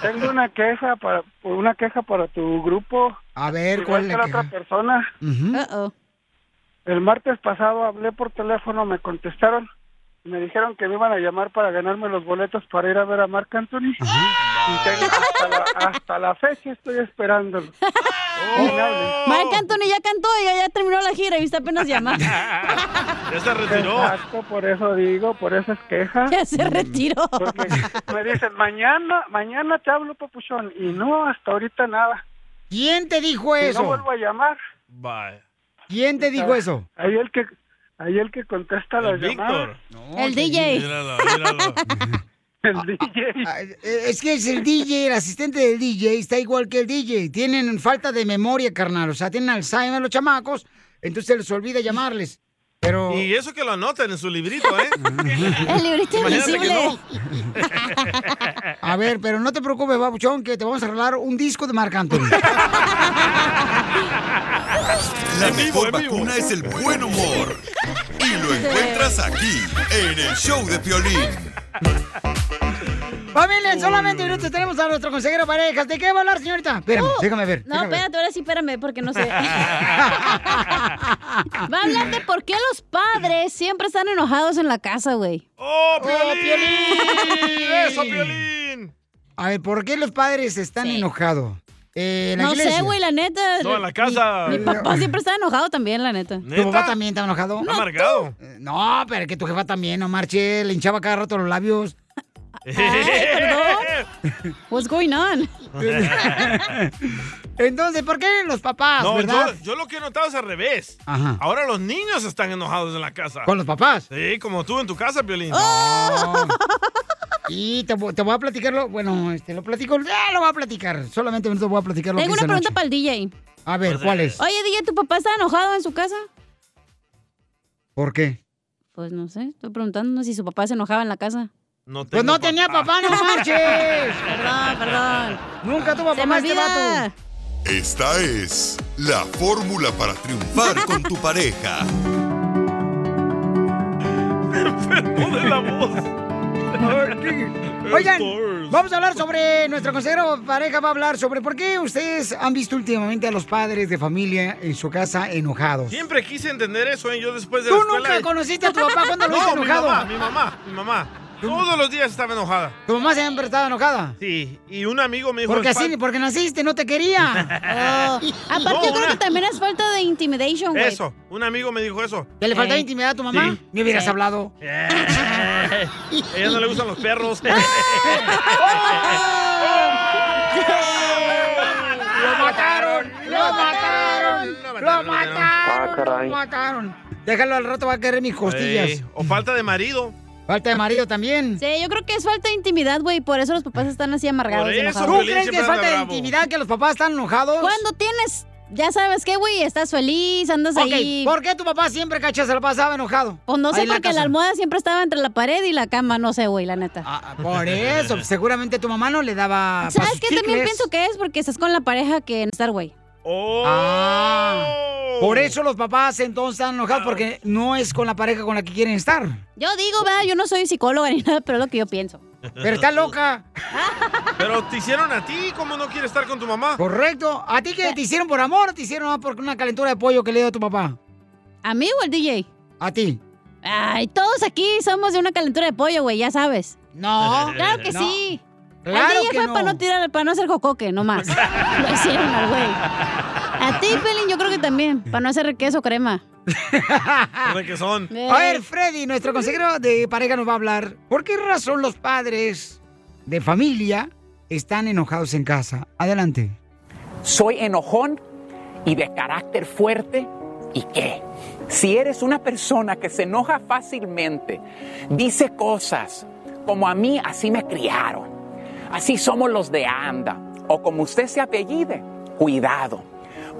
Tengo una queja para una queja para tu grupo. A ver, Igual ¿cuál es que la la otra queja? persona. Ujú. El martes pasado hablé por teléfono, me contestaron me dijeron que me iban a llamar para ganarme los boletos para ir a ver a Marc Anthony. Y tengo- hasta, la, hasta la fecha estoy esperándolo. Oh. Marc Anthony ya cantó y ya terminó la gira y está apenas *laughs* llamando. Ya se retiró. Exacto, por eso digo, por esas quejas. Ya se retiró. Porque me dicen, mañana, mañana te hablo, papuchón. Y no, hasta ahorita nada. ¿Quién te dijo Y eso? No vuelvo a llamar. Bye. ¿Quién te dijo eso? Ahí el que, ahí el que contesta las llamadas. El DJ. *laughs* El DJ. Ah, Eh, Es que es el DJ, el asistente del DJ, está igual que el DJ. Tienen falta de memoria, carnal. O sea, tienen Alzheimer los chamacos, entonces se les olvida llamarles. Pero... Y eso que lo anotan en su librito, ¿eh? *laughs* El librito Imagínate invisible. que no. *laughs* A ver, pero no te preocupes, babuchón, que te vamos a regalar un disco de Marc *laughs* Anthony. La mejor vacuna es el buen humor. Y lo encuentras aquí, en el show de Piolín. Familia, en solamente minutos tenemos a nuestro consejero parejas. ¿De qué va a hablar, señorita? Espérame, Uh, déjame ver. No, déjame ver. espérate, ahora sí, espérame, porque no sé. Va a hablar de por qué los padres siempre están enojados en la casa, güey. ¡Oh, Piolín! *laughs* ¡Eso, Piolín! A ver, ¿por qué los padres están enojados? Eh, ¿la No iglesia? sé, güey, la neta. No, en la casa. Mi, *laughs* mi papá siempre está enojado también, la neta. ¿Tu papá también está enojado? No, Amargado. Eh, No, pero que tu jefa también, no marche, le hinchaba cada rato los labios. Ay, perdón. What's going on? Entonces, ¿por qué los papás, No, verdad? yo, yo lo que he notado es al revés. Ajá. Ahora los niños están enojados en la casa. ¿Con los papás? ¡Oh! Sí, como tú en tu casa, Piolín. Y te, vo- te voy a platicarlo. Bueno, este, lo platico. Ya lo voy a platicar. Solamente te voy a platicar lo Tengo que una hice pregunta anoche. para el DJ. A ver, ¿cuál es? Oye, DJ, ¿tu papá está enojado en su casa? ¿Por qué? Pues no sé, estoy preguntando si su papá se enojaba en la casa. No Pues no tenía papá, no marches. *laughs* Perdón, perdón. Nunca tuvo Se papá me este olvida. vato. Esta es la fórmula para triunfar con tu pareja. Oigan, vamos a hablar sobre, nuestro consejero pareja va a hablar sobre por qué ustedes han visto últimamente a los padres de familia en su casa enojados. Siempre quise entender eso, ¿eh? Yo después de Tú la escuela... nunca conociste a tu papá cuando lo *laughs* No, viste mi enojado. mamá, mi mamá, mi mamá. Todos los días estaba enojada. ¿Tu mamá siempre estaba enojada? Sí, y un amigo me dijo... Porque el pa- así, porque naciste, no te *laughs* quería. Oh. Aparte, yo creo que también es falta de intimidation, güey. Eso, un amigo me dijo eso. ¿Que le faltaba Eh. intimidad a tu mamá? Ni hubieras *laughs* hablado. Eh, ella no le gustan *laughs* los perros. *laughs* ¡Lo mataron! ¡Lo mataron! ¡Lo Ah, mataron! caray. ¡Lo mataron! Déjalo al rato, va a querer mis costillas. Ey, o falta de marido. Falta de marido también. Sí, yo creo que es falta de intimidad, güey. Por eso los papás están así amargados. Por y eso, enojados. ¿Tú crees que es falta de intimidad que los papás están enojados? Cuando tienes, ya sabes qué, güey, estás feliz, andas Ok, ahí. ¿por qué tu papá siempre, cachas, se la pasaba enojado? Pues no Ahí sé, en la porque la, casa. Ah, almohada siempre estaba entre la pared y la cama, no sé, güey, la neta. Por eso, seguramente tu mamá no le daba. ¿Sabes qué? pasos También chicles. pienso que es porque estás con la pareja que en estar, güey. Ah, por eso los papás entonces están enojados porque no es con la pareja con la que quieren estar. Yo digo, ¿verdad? Yo no soy psicóloga ni *laughs* nada, pero es lo que yo pienso. Pero está loca. Pero te hicieron a ti, ¿cómo no quieres estar con tu mamá? Correcto. ¿A ti que te hicieron por amor o te hicieron ah, por una calentura de pollo que le dio tu papá? ¿A mí o al DJ? A ti. Ay, todos aquí somos de una calentura de pollo, güey, ya sabes. No. *laughs* Claro que No. sí. Claro al DJ que fue no. para no tirar, para no hacer *laughs* jocoque, nomás. lo hicieron al güey. A ti, Pelín, yo creo que también, para no hacer queso crema. Pues ¿De qué son? A ver, Freddy, nuestro consejero de pareja nos va a hablar. ¿Por qué razón los padres de familia están enojados en casa? Adelante. soy enojón y de carácter fuerte y qué. Si eres una persona que se enoja fácilmente, dice cosas como a mí así me criaron, así somos los de anda o como usted se apellide, cuidado,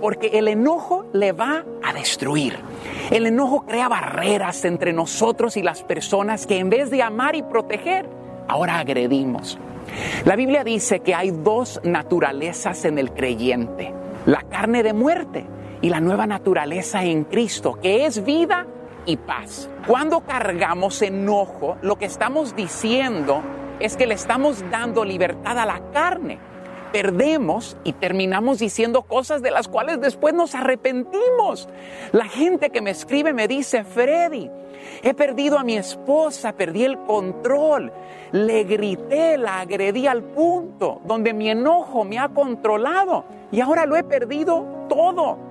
porque el enojo le va a destruir. El enojo crea barreras entre nosotros y las personas que en vez de amar y proteger, ahora agredimos. La Biblia dice que hay dos naturalezas en el creyente, la carne de muerte y la nueva naturaleza en Cristo, que es vida y paz. Cuando cargamos enojo, lo que estamos diciendo es que le estamos dando libertad a la carne perdemos y terminamos diciendo cosas de las cuales después nos arrepentimos. La gente que me escribe me dice, Freddy, he perdido a mi esposa, perdí el control, le grité, la agredí al punto donde mi enojo me ha controlado y ahora lo he perdido todo.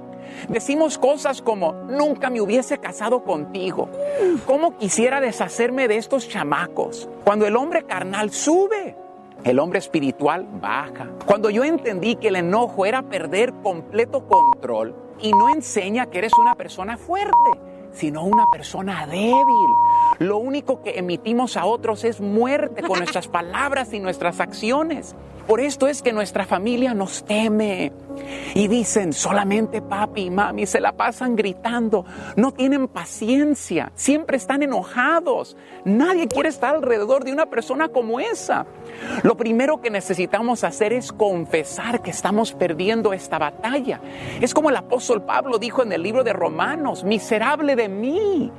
Decimos cosas como, nunca me hubiese casado contigo. ¿Cómo quisiera deshacerme de estos chamacos? Cuando el hombre carnal sube, el hombre espiritual baja. Cuando yo entendí que el enojo era perder completo control y no enseña que eres una persona fuerte, sino una persona débil. Lo único que emitimos a otros es muerte con nuestras palabras y nuestras acciones. Por esto es que nuestra familia nos teme y dicen solamente papi y mami se la pasan gritando, no tienen paciencia, siempre están enojados. Nadie quiere estar alrededor de una persona como esa. Lo primero que necesitamos hacer es confesar que estamos perdiendo esta batalla. Es como el apóstol Pablo dijo en el libro de Romanos, miserable de mí,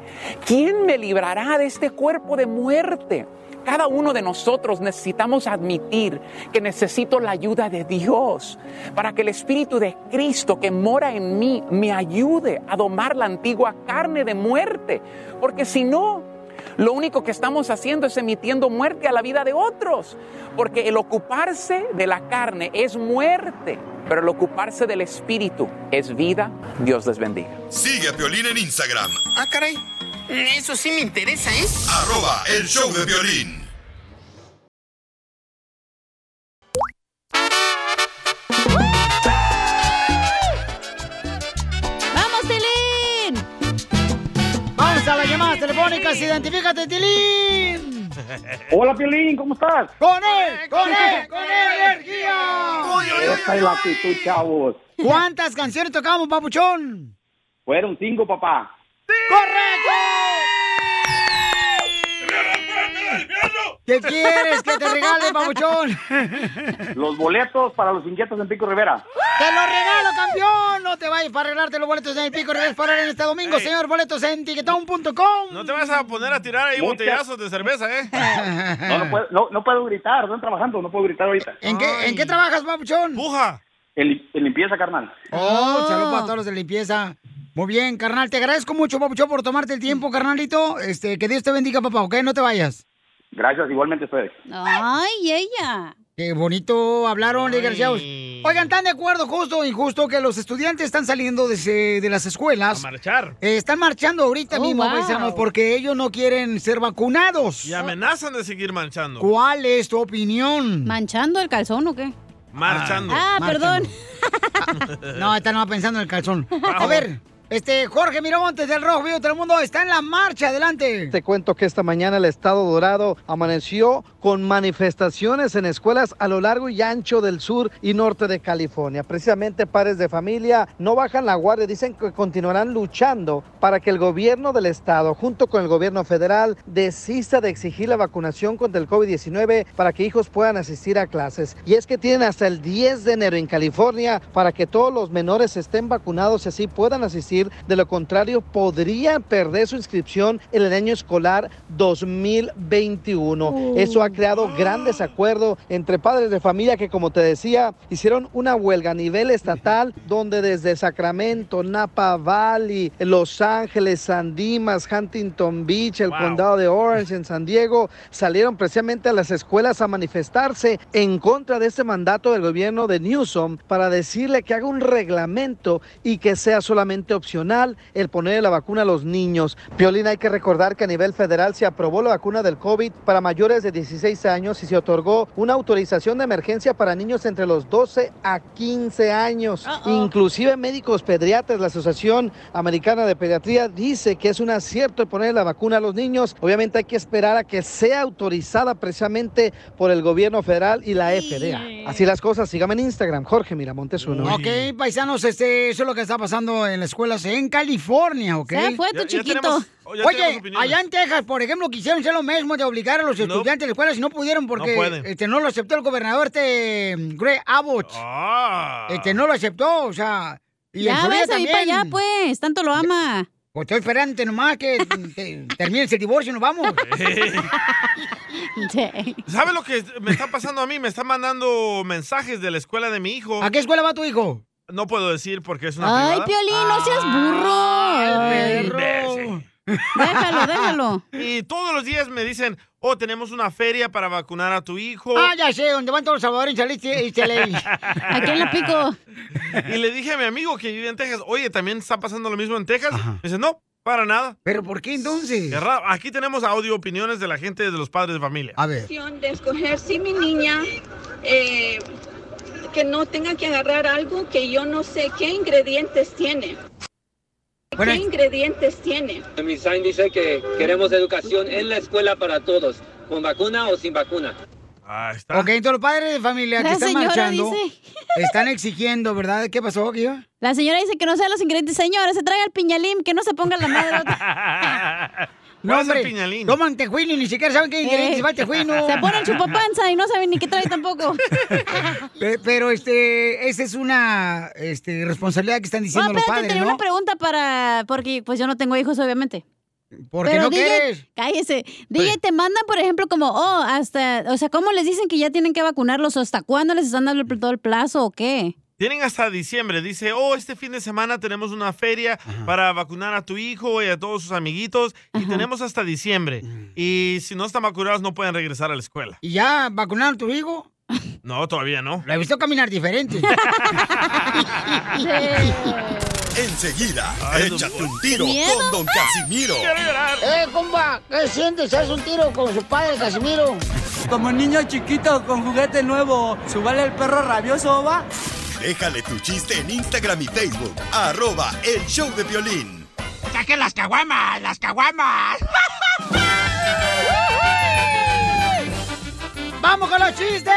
¿quién me librará de este cuerpo de muerte? cada uno de nosotros necesitamos admitir que necesito la ayuda de Dios para que el Espíritu de Cristo que mora en mí me ayude a domar la antigua carne de muerte. Porque si no, lo único que estamos haciendo es emitiendo muerte a la vida de otros. Porque el ocuparse de la carne es muerte, pero el ocuparse del Espíritu es vida. Dios les bendiga. Sigue a Piolín en Instagram, Ah, caray. Eso sí me interesa, ¿eh? arroba el show de violín. ¡Vamos, Tilín! Vamos a las llamadas telefónicas. Identifícate, Tilín. *laughs* Hola, Piolín, ¿cómo estás? Con él, con él, con él, energía. Esta es la actitud, chavos. ¿Cuántas canciones tocamos, papuchón? Fueron cinco, papá. ¿Qué quieres que te *laughs* regale, papuchón? *laughs* Los boletos para los inquietos en Pico Rivera. ¡Te lo regalo, campeón! No te vayas para arreglarte los boletos en el pico. Revés para en este domingo, señor. Boletos en tiquetón.com. No te vas a poner a tirar ahí Muchas- botellazos de cerveza, *laughs* ¿eh? No, no puedo, no, no puedo gritar, estoy trabajando, no puedo gritar ahorita. ¿En qué, ¿En qué trabajas, papuchón? ¡Puja! En, en limpieza, carnal. Ah. Oh, saludos para todos los de limpieza. Muy bien, carnal. Te agradezco mucho, papuchón, por tomarte el tiempo, carnalito. Este, que Dios te bendiga, papá, ¿ok? No te vayas. Gracias, igualmente ustedes. ¡Ay, ella! Qué bonito hablaron, eh, desgraciados. Oigan, ¿están de acuerdo, justo o injusto, que los estudiantes están saliendo de, se- de las escuelas? A marchar. están marchando ahorita Oh, mismo, wow. paisanos, porque ellos no quieren ser vacunados. Y amenazan de seguir manchando. ¿Cuál es tu opinión? ¿Manchando el calzón o qué? Marchando. Ah, perdón. *laughs* No, esta no va pensando en el calzón. A ver, este, Jorge Miramontes del Rojo Vivo del Mundo está en la marcha, adelante. Te cuento que esta mañana el estado dorado amaneció con manifestaciones en escuelas a lo largo y ancho del sur y norte de California. Precisamente padres de familia no bajan la guardia, dicen que continuarán luchando para que el gobierno del estado junto con el gobierno federal desista de exigir la vacunación contra el COVID-19 para que hijos puedan asistir a clases. Y es que tienen hasta el 10 de enero en California para que todos los menores estén vacunados y así puedan asistir. De lo contrario, podrían perder su inscripción en el año escolar 2021. Eso ha creado gran desacuerdo entre padres de familia que, como te decía, hicieron una huelga a nivel estatal donde desde Sacramento, Napa Valley, Los Ángeles, San Dimas, Huntington Beach, el condado de Orange en San Diego, salieron precisamente a las escuelas a manifestarse en contra de este mandato del gobierno de Newsom para decirle que haga un reglamento y que sea solamente opcional el poner la vacuna a los niños. Piolín, hay que recordar que a nivel federal se aprobó la vacuna del COVID para mayores de 16 años y se otorgó una autorización de emergencia para niños entre los 12 a 15 años. Inclusive médicos pediatras, la Asociación Americana de Pediatría dice que es un acierto el poner la vacuna a los niños. Obviamente hay que esperar a que sea autorizada precisamente por el gobierno federal y la FDA. Así las cosas, síganme en Instagram, Jorge Miramontes uno. Ok, paisanos, este, eso es lo que está pasando en las escuelas en California, ¿ok? Se fue tu Ya- ya chiquito. tenemos- oh, ya tenemos Oye, opiniones. allá en Texas, por ejemplo, quisieron hacer lo mismo de obligar a los estudiantes de la escuela y no pudieron porque No pueden. este, no lo aceptó el gobernador este, Greg Abbott. Ah. Este, no lo aceptó, o sea... Y en ya Florida ves, ahí para también. allá, pues. Tanto lo ama. *laughs* Pues estoy esperando nomás que te- termine ese divorcio y nos vamos. ¿Sabe lo que me está pasando a mí? Me están mandando mensajes de la escuela de mi hijo. ¿A qué escuela va tu hijo? No puedo decir porque es una Ay, privada. Piolín, no seas burro. Ay, Déjalo, déjalo. Y todos los días me dicen, oh, tenemos una feria para vacunar a tu hijo. Ah, ya sé, donde van todos los salvadoreños saliste y se le... *laughs* ¿A quién la pico? Y le dije a mi amigo que vive en Texas, oye, ¿también está pasando lo mismo en Texas? Me dice, no, para nada. ¿Pero por qué entonces? Aquí tenemos audio opiniones de la gente de los padres de familia. A opción de escoger si mi niña eh, que no tenga que agarrar algo que yo no sé qué ingredientes tiene. Bueno, ¿Qué ingredientes tiene? Mi sign dice que queremos educación en la escuela para todos, con vacuna o sin vacuna. Ok, entonces los padres de familia La que están señora marchando dice. están exigiendo, ¿verdad? ¿Qué pasó, Guido? La señora dice que no sean los ingredientes. Señora, se traiga el piñalín, que no se ponga la madre. No, hombre, toman tejuino y ni siquiera *laughs* saben qué ingredientes va el tejuino. Eh. Se pone el chupapanza y no saben ni qué trae tampoco. *laughs* Pe- Pero este, esa es una este, responsabilidad que están No, diciendo los espérate, padres, tenía ¿no? una pregunta para... Porque pues yo no tengo hijos, obviamente. Porque Pero no DJ, quieres. Pues Cállese. DJ, te mandan, por ejemplo, como, oh, hasta... O sea, ¿cómo les dicen que ya tienen que vacunarlos? ¿O hasta cuándo les están dando el- todo el plazo o qué? Tienen hasta diciembre. Dice, oh, este fin de semana tenemos una feria para vacunar a tu hijo y a todos sus amiguitos. Y tenemos hasta diciembre. Mm. Y si no están vacunados, no pueden regresar a la escuela. ¿Y ya vacunaron a tu hijo? No, todavía no. Lo he visto caminar *laughs* diferente. Enseguida, échate un tiro Miedo. con Don Casimiro. ¡Eh, compa! ¿Qué sientes? ¿Haz un tiro con su padre, Casimiro? Como niño chiquito con juguete nuevo, ¿subale el perro rabioso va? Déjale tu chiste en Instagram y Facebook. Arroba el show de violín. ¡Saquen las caguamas! *laughs* ¡Las caguamas! ¡Vamos con los chistes!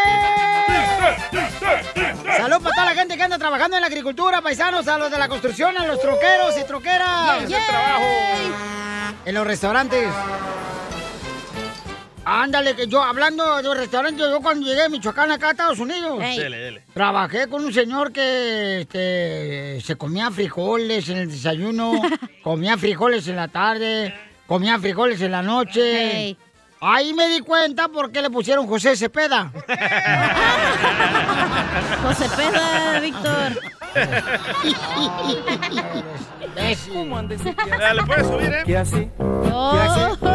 Salud para toda la gente que anda trabajando en la agricultura, paisanos, a los de la construcción, a los troqueros y troqueras. Yay, yay. En los restaurantes. Ándale, que yo hablando de los restaurantes, yo cuando llegué a Michoacán acá a Estados Unidos. Ey. Dele, dele. Trabajé con un señor que este, se comía frijoles en el desayuno, comía frijoles en la tarde, comía frijoles en la noche. Ahí me di cuenta por qué le pusieron José Cepeda. José Cepeda, Víctor. ¿Cómo andes? Dale, puedes subir, ¿eh? ¿Qué hace? ¿Qué hace? ¿Qué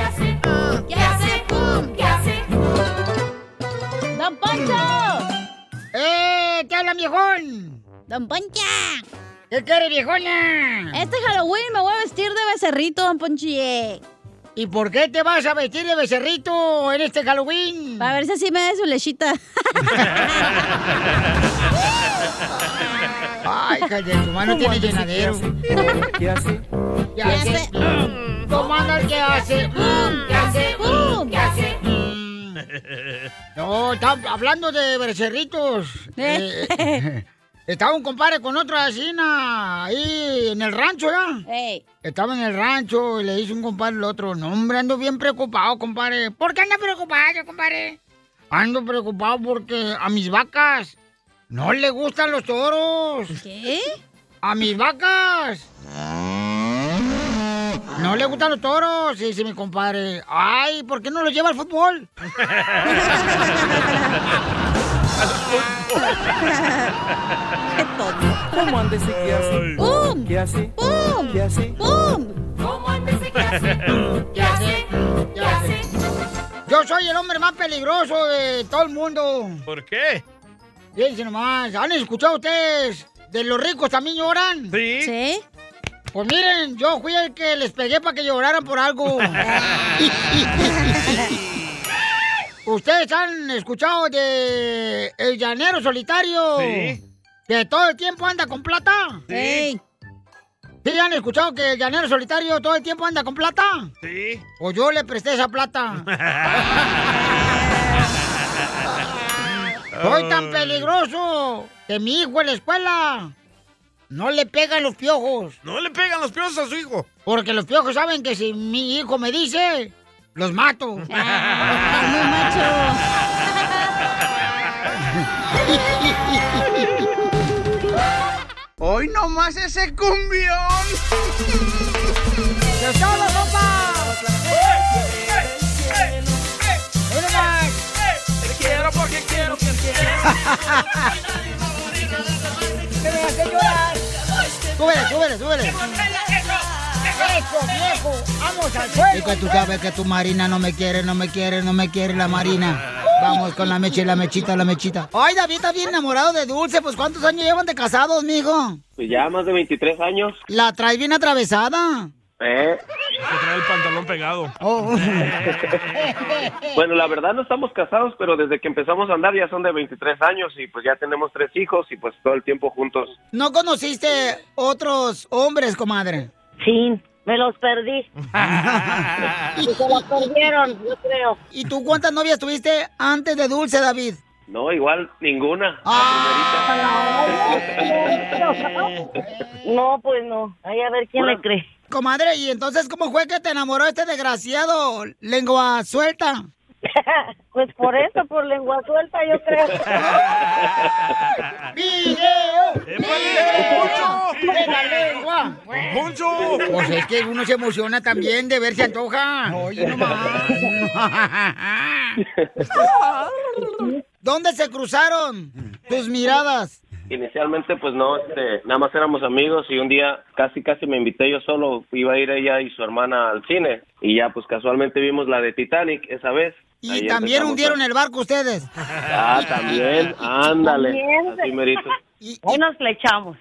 hace? ¿Qué hace? ¿Qué hace? ¡Don Poncho! ¡Eh! ¡Te habla, viejón! ¡Don Poncha! ¿Qué quiere, viejona? Este Halloween me voy a vestir de becerrito, don Ponchi. eh. ¿Y por qué te vas a vestir de becerrito en este Halloween? Para ver si así me da su lechita. Ay, cállate, tu mano tiene llenadero. ¿Qué hace? ¿Qué hace? ¿Cómo anda el que hace? Mm, ¿Qué hace? Mm, ¿Qué hace? No, está hablando de becerritos. Eh, *laughs* estaba un compadre con otra vecina ahí en el rancho, ¿ya? Estaba en el rancho y le dice un compadre al otro, no, hombre, ando bien preocupado, compadre. ¿Por qué anda preocupado, compadre? Ando preocupado porque a mis vacas no le gustan los toros. ¿Qué? A mis vacas. No le gustan los toros, Y dice mi compadre. Ay, ¿por qué no los lleva al fútbol? *laughs* Qué tonto. ¿Cómo andes? ¿Qué hace? ¡Bum! ¿Qué hace? ¡Bum! ¿Qué hace? ¡Bum! ¿Cómo andes? ¿Qué hace? ¿Qué hace? ¿Qué hace? Yo soy el hombre más peligroso de todo el mundo. ¿Por qué? Fíjense nomás, ¿han escuchado ustedes de los ricos también lloran? Sí. ¿Sí? Pues miren, yo fui el que les pegué para que lloraran por *laughs* algo. ¿Ustedes han escuchado de El Llanero Solitario? Sí. ¿Que todo el tiempo anda con plata? Sí. ¿Sí han escuchado que El Llanero Solitario todo el tiempo anda con plata? Sí. O yo le presté esa plata. *laughs* Soy tan peligroso que mi hijo en la escuela no le pegan los piojos. No le pegan los piojos a su hijo. Porque los piojos saben que si mi hijo me dice, los *laughs* mato. Hoy nomás ese cumbión. ¡Se solo, ropa! ¡Eh, eh, súbele, súbele. ¡Eso, viejo! ¡Vamos al fuego! que tú sabes que tu Marina no me quiere, no me quiere, no me quiere la Marina. Vamos con la mecha y la mechita, la mechita. Ay, David está bien enamorado de Dulce. Pues, ¿cuántos años llevan de casados, mijo? Pues ya más de 23 años. La traes bien atravesada. ¿eh? Se trae el *laughs* pantalón pegado. Oh. *laughs* Bueno, la verdad no estamos casados, pero desde que empezamos a andar ya son de 23 años y pues ya tenemos tres hijos y pues todo el *laughs* tiempo juntos. ¿No conociste otros hombres, comadre? Sí, me los *laughs* perdí. Y se los perdieron, yo creo. ¿Y tú cuántas novias tuviste antes de Dulce, David? No, igual ninguna. *laughs* Ah. No, pues no. Ahí a ver quién le cree. Comadre, ¿y entonces cómo fue que te enamoró este desgraciado? Lengua suelta. *laughs* Pues por eso, por lengua suelta, yo *laughs* creo. ¡De la lengua! ¡Poncho! Pues es que uno se emociona también de ver si antoja. Oye, nomás. ¿Dónde se cruzaron tus miradas? Inicialmente pues no, este, nada más éramos amigos y un día casi casi me invité yo solo, iba a ir ella y su hermana al cine y ya pues casualmente vimos la de Titanic esa vez. Y también ¿eh? hundieron el barco ustedes. Ah, *laughs* también, ándale. Así *laughs* merito. Ahí nos flechamos.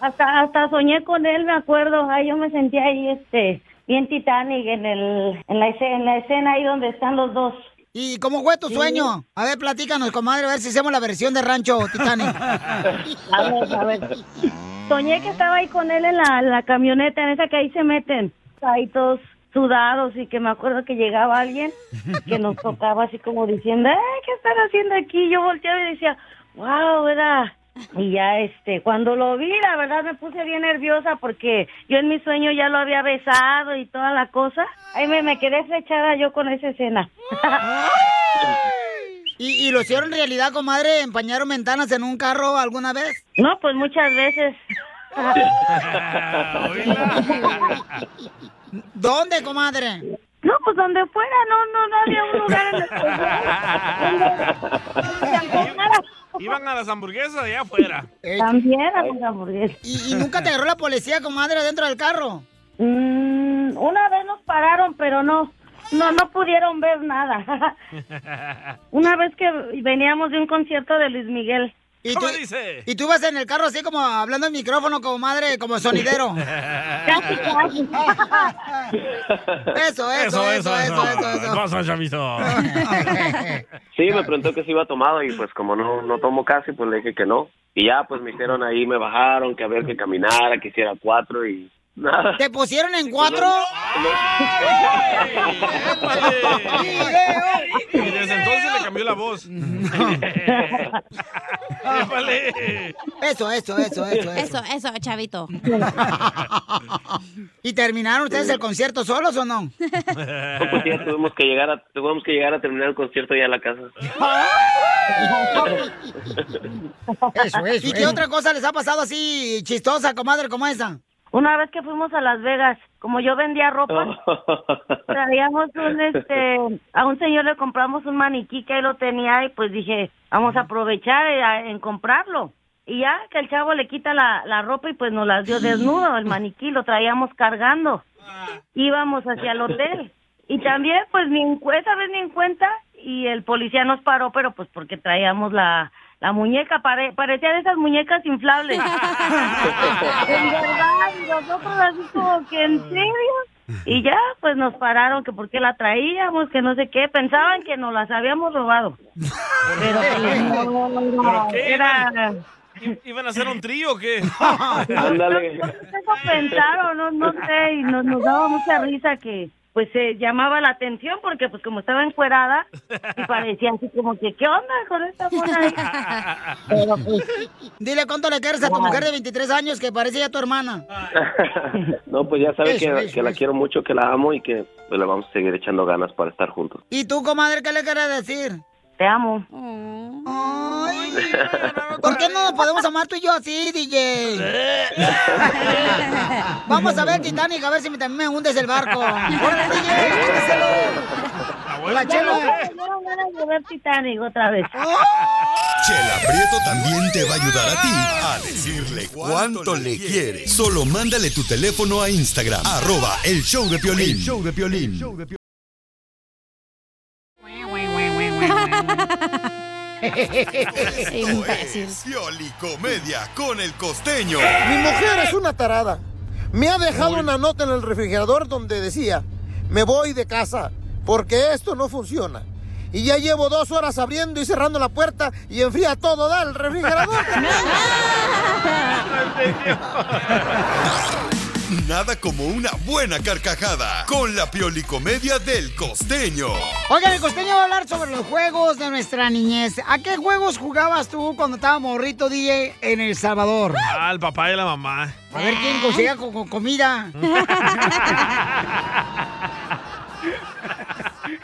Hasta, hasta soñé con él, me acuerdo. Ay, yo me sentía ahí, este, bien Titanic en, el, en, la, escena, en la escena ahí donde están los dos. ¿Y cómo fue tu Sí. sueño? A ver, platícanos, comadre, a ver si hacemos la versión de Rancho Titanic. A ver, a ver. Soñé que estaba ahí con él en la, la camioneta, en esa que ahí se meten. Ahí todos sudados y que me acuerdo que llegaba alguien que nos tocaba así como diciendo, "Ay, ¿qué están haciendo aquí? Yo volteaba y decía, wow, era... Y ya, este, cuando lo vi, la verdad me puse bien nerviosa porque yo en mi sueño ya lo había besado y toda la cosa. Ahí me, me quedé flechada yo con esa escena. ¿Y, y lo hicieron realidad, comadre? ¿Empañaron ventanas en un carro alguna vez? No, pues muchas veces. ¿Dónde, comadre? No, pues donde fuera, no, no, no había un lugar *laughs* en *laughs* Iban a las hamburguesas de allá afuera. También a los hamburguesas. ¿Y, y nunca te agarró la policía, comadre, dentro del carro? Mm, una vez nos pararon, pero no, no, no pudieron ver nada. *laughs* una vez que veníamos de un concierto de Luis Miguel. ¿Y tú, y tú ibas en el carro así como hablando al micrófono, comadre, *laughs* como *laughs* sonidero. Casi, casi. Eso, eso, eso, eso, eso, eso. Cosa, chavito. Sí, me preguntó que si iba tomado y pues como no, no tomo casi, pues le dije que no. Y ya pues me hicieron ahí, me bajaron, que a ver que caminara, que hiciera cuatro y nada. ¿Te pusieron en cuatro? Y desde entonces le cambió la *laughs* voz. Épale. Eso, eso, eso, eso, eso. Eso, eso, chavito. ¿Y terminaron ustedes el concierto solos o no? *laughs* No, pues ya tuvimos que llegar a, tuvimos que llegar a terminar el concierto ya a la *laughs* casa. *laughs* Eso, eso. ¿Y qué otra cosa les ha pasado así chistosa, comadre, como esa? Una vez que fuimos a Las Vegas, como yo vendía Oh. ropa, traíamos un, este, a un señor le compramos un maniquí que él lo tenía y pues dije, vamos a aprovechar eh, a- en comprarlo. Y ya que el chavo le quita la, la ropa y pues nos las dio desnudo, el maniquí lo traíamos cargando. Íbamos hacia el hotel. Y también pues ni en, cu- esa vez ni en cuenta y el policía nos paró, pero pues porque traíamos la, la muñeca, pare- parecía de esas muñecas inflables. *laughs* En verdad, y nosotros así como que en serio. Y ya, pues nos pararon que por qué la traíamos, que no sé qué. Pensaban que nos las habíamos robado. Pero pues, *laughs* no, no, no, qué? era... ¿I- ¿Iban a hacer un trío *laughs* o qué? Ándale. Eso pensaron, no, no sé, y nos, nos daba mucha risa que pues se llamaba la atención porque pues como estaba encuerada y parecía así como que ¿qué onda con esta mona ahí? Pero, pues, *laughs* Dile cuánto le quieres a tu mujer de 23 años que parece ya tu hermana. no, pues ya sabes Eso, que, eso, que la quiero mucho, que la amo y que pues, le vamos a seguir echando ganas para estar juntos. ¿Y tú, comadre, qué le quieres decir? Te amo. ¿Por qué no nos podemos amar tú y yo así, *laughs* DJ? Vamos a ver Titanic, a ver si me- también me hundes el barco. ¡Órale, DJ! ¡Húndeselo! Ya no me dieron ganas de ver Titanic otra vez. Chela Prieto también te va a ayudar a ti a decirle cuánto le quiere. Solo mándale tu teléfono a Instagram, arroba el show de Piolín. El show de Piolín. *laughs* Imbécil. Comedia con el costeño. Mi mujer es una tarada. Me ha dejado una nota en el refrigerador donde decía, me voy de casa porque esto no funciona. Y ya llevo dos horas abriendo y cerrando la puerta y enfría todo, da el *laughs* refrigerador. Nada como una buena carcajada con la piolicomedia del costeño. Oigan, el costeño va a hablar sobre los juegos de nuestra niñez. ¿A qué juegos jugabas tú cuando estaba morrito, DJ, en El Salvador? Ah, el papá y la mamá. A ver quién conseguía co- co- *laughs* comida.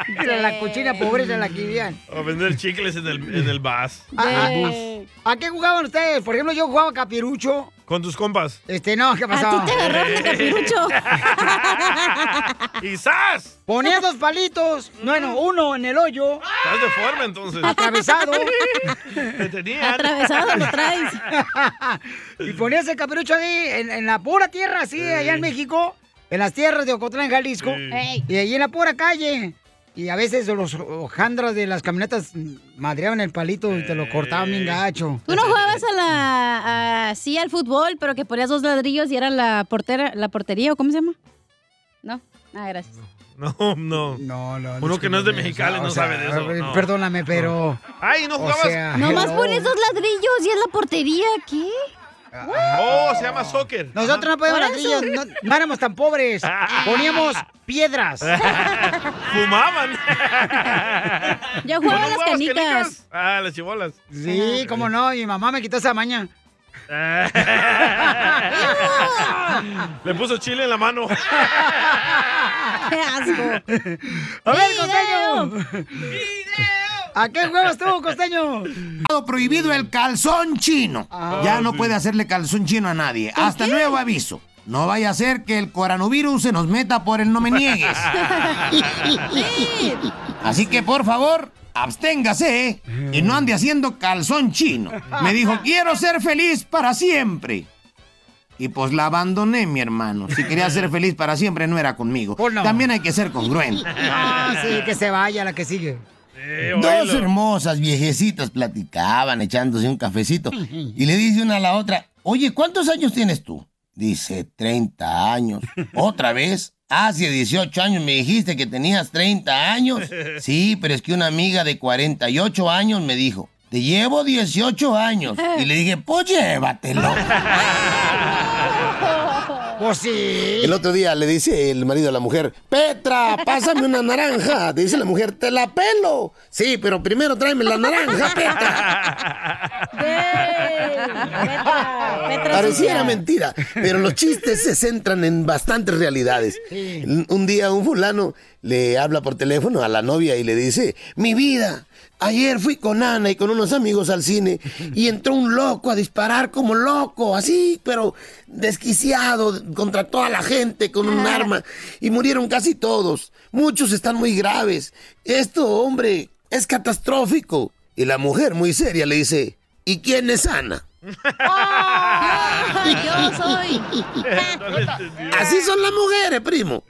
Entre la cochina pobre de la que vivían. O vender chicles en el, en el bus. ¿A, a- En el bus. a qué jugaban ustedes? Por ejemplo, yo jugaba capirucho. Con tus compas. Este, no, ¿qué pasaba? Ah, te agarraron de capirucho. *laughs* ¡Quizás! Ponía dos palitos, bueno, uno en el hoyo, Estás deforme entonces. atravesado. Te tenían. traes. *laughs* y ponías el capirucho ahí, en, en la pura tierra, así, allá en México, en las tierras de Ocotlán, Jalisco, Sí. Ey. y ahí en la pura calle. Y a veces los hojandras de las camionetas madreaban el palito y te lo cortaban bien gacho. Tú no jugabas a la a- sí al fútbol, pero que ponías dos ladrillos y era la portera, la portería o cómo se llama? No. Ah, gracias. No, no. No, no. Uno que no es de Mexicali o no sea, sabe de eso. no. Perdóname, pero... Ay, no O jugabas. sea, Nomás hello. pones dos ladrillos y es la portería, ¿qué? Oh, se llama soccer. Nosotros no podíamos Por ladrillos, no, no éramos tan pobres. Poníamos piedras. *laughs* Fumaban. Yo jugaba ¿No las jugabas canicas? canicas? Ah, *laughs* las chibolas. Sí, cómo no, mi mamá me quitó esa maña. Le puso chile en la mano. ¡Qué asco! A ver, costeño. ¿A qué juegas tú, costeño? Ah. Prohibido el calzón chino. Ya no puede hacerle calzón chino a nadie. Hasta nuevo aviso. No vaya a ser que el coronavirus se nos meta por el no *laughs* me niegues. Así que por favor, absténgase ¿eh? y no ande haciendo calzón chino. Me dijo, quiero ser feliz para siempre. Y pues la abandoné, mi hermano. Si quería ser feliz para siempre, no era conmigo. También hay que ser congruente. Ah, sí, que se vaya la que sigue. Dos hermosas viejecitas platicaban echándose un cafecito. Y le dice una a la otra, oye, ¿cuántos años tienes tú? Dice, 30 años. ¿Otra vez? Hace 18 años me dijiste que tenías 30 años. Sí, pero es que una amiga de 48 años me dijo, te llevo 18 años. Y le dije, pues llévatelo. Pues sí. El otro día le dice el marido a la mujer, Petra, pásame una naranja. Te dice la mujer, te la pelo. Sí, pero primero tráeme la *laughs* naranja, Petra. Pareciera Ah, mentira, pero los chistes se centran en bastantes realidades. Un- Un día un fulano le habla por teléfono a la novia y le dice, mi vida, ayer fui con Ana y con unos amigos al cine y entró un loco a disparar como loco, así, pero desquiciado contra toda la gente con un arma y murieron casi todos. Muchos están muy graves. Esto, hombre, es catastrófico. Y la mujer muy seria le dice, ¿y quién es Ana? Yo soy. Así son las mujeres, primo.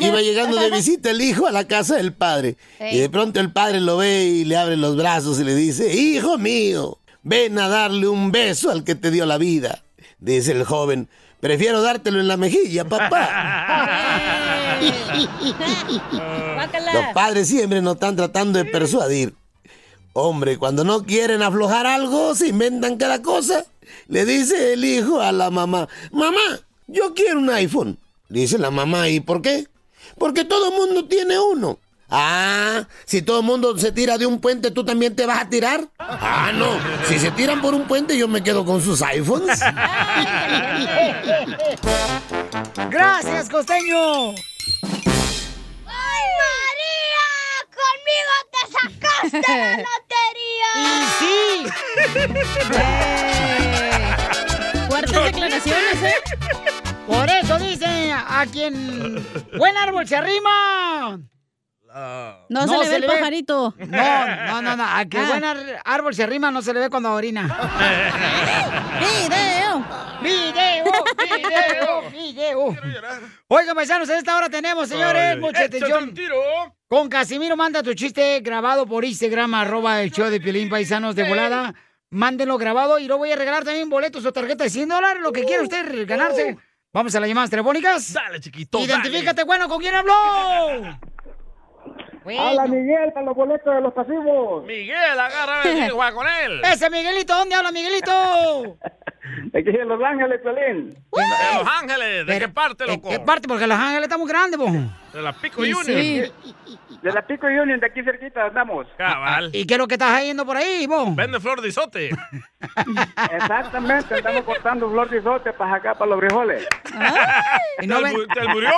Iba llegando de visita el hijo a la casa del padre. Ey. Y de pronto el padre lo ve y le abre los brazos y le dice, hijo mío, ven a darle un beso al que te dio la vida. Dice el joven, prefiero dártelo en la mejilla, papá. Los padres siempre nos están tratando de persuadir. Hombre, cuando no quieren aflojar algo, se inventan cada cosa. Le dice el hijo a la mamá, mamá, yo quiero un iPhone. Le dice la mamá, ¿y por qué? Porque todo el mundo tiene uno. Ah, si todo el mundo se tira de un puente, ¿tú también te vas a tirar? Ah, no, si se tiran por un puente, yo me quedo con sus iPhones. Gracias, costeño. ¡Ay, María! ¡Conmigo te sacaste la lotería! ¡Y *laughs* sí! Fuertes declaraciones, ¿eh? Por eso dice a quien buen árbol se arrima. ah, No, se le ve el pajarito. No, no, no, no. A que Ah. buen ar- árbol se arrima no se le ve cuando orina. ¡Video! ¡Video! *laughs* ¡Video! ¡Video! Oigan, paisanos, en esta hora tenemos, señores, Ay, mucha échate atención. un tiro. Con Casimiro, manda tu chiste grabado por Instagram, arroba el show de Piolín Paisanos de volada. Mándenlo grabado y lo voy a regalar también boletos o tarjetas de 100 dólares, Uh, lo que quiera usted ganarse. Vamos a las llamadas telefónicas. Dale, chiquito. Identifícate, bueno, ¿con quién habló? Habla Miguel para los boletos de los pasivos. Miguel, *laughs* agárrame, juega con él. Ese Miguelito, ¿dónde habla Miguelito? Aquí en Los Ángeles, Piolín. De Los Ángeles, ¿de qué parte, loco? eh, ¿Qué parte? Porque Los Ángeles está muy grande, po. De la Pico Sí, Junior. sí. De la Pico Union, de aquí cerquita andamos. Ah, Cabal. ¿Y qué es lo que estás yendo por ahí, vos? Vende flor de isote. Exactamente, estamos cortando flor de isote para acá, para los *laughs* frijoles. Y no ven- ¿Te murió,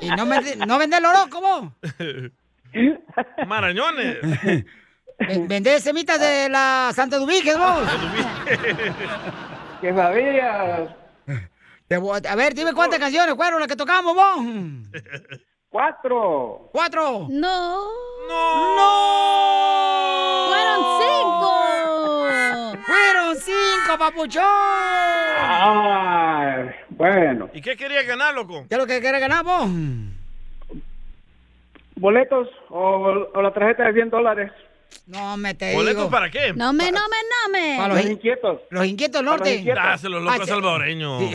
Y no, me- no vende el oro, ¿cómo? *laughs* Marañones. Vende semitas de la Santa Dubíges, vos. ¡Qué babías! a ver, dime cuántas canciones fueron las que tocamos, vos. Cuatro. Cuatro. No. No. Fueron cinco. Fueron cinco, papuchón. Ay, Ah, bueno. ¿Y qué quería ganar, loco? ¿Qué es lo que quieres ganar, vos? ¿Boletos o, o la tarjeta de 100 dólares? No me te ¿Boletos digo. para qué? No me, no me, no me. Para los, in- inquietos. los inquietos del Para norte. Dáselo, loco Ah, sí. salvadoreño. ¡Te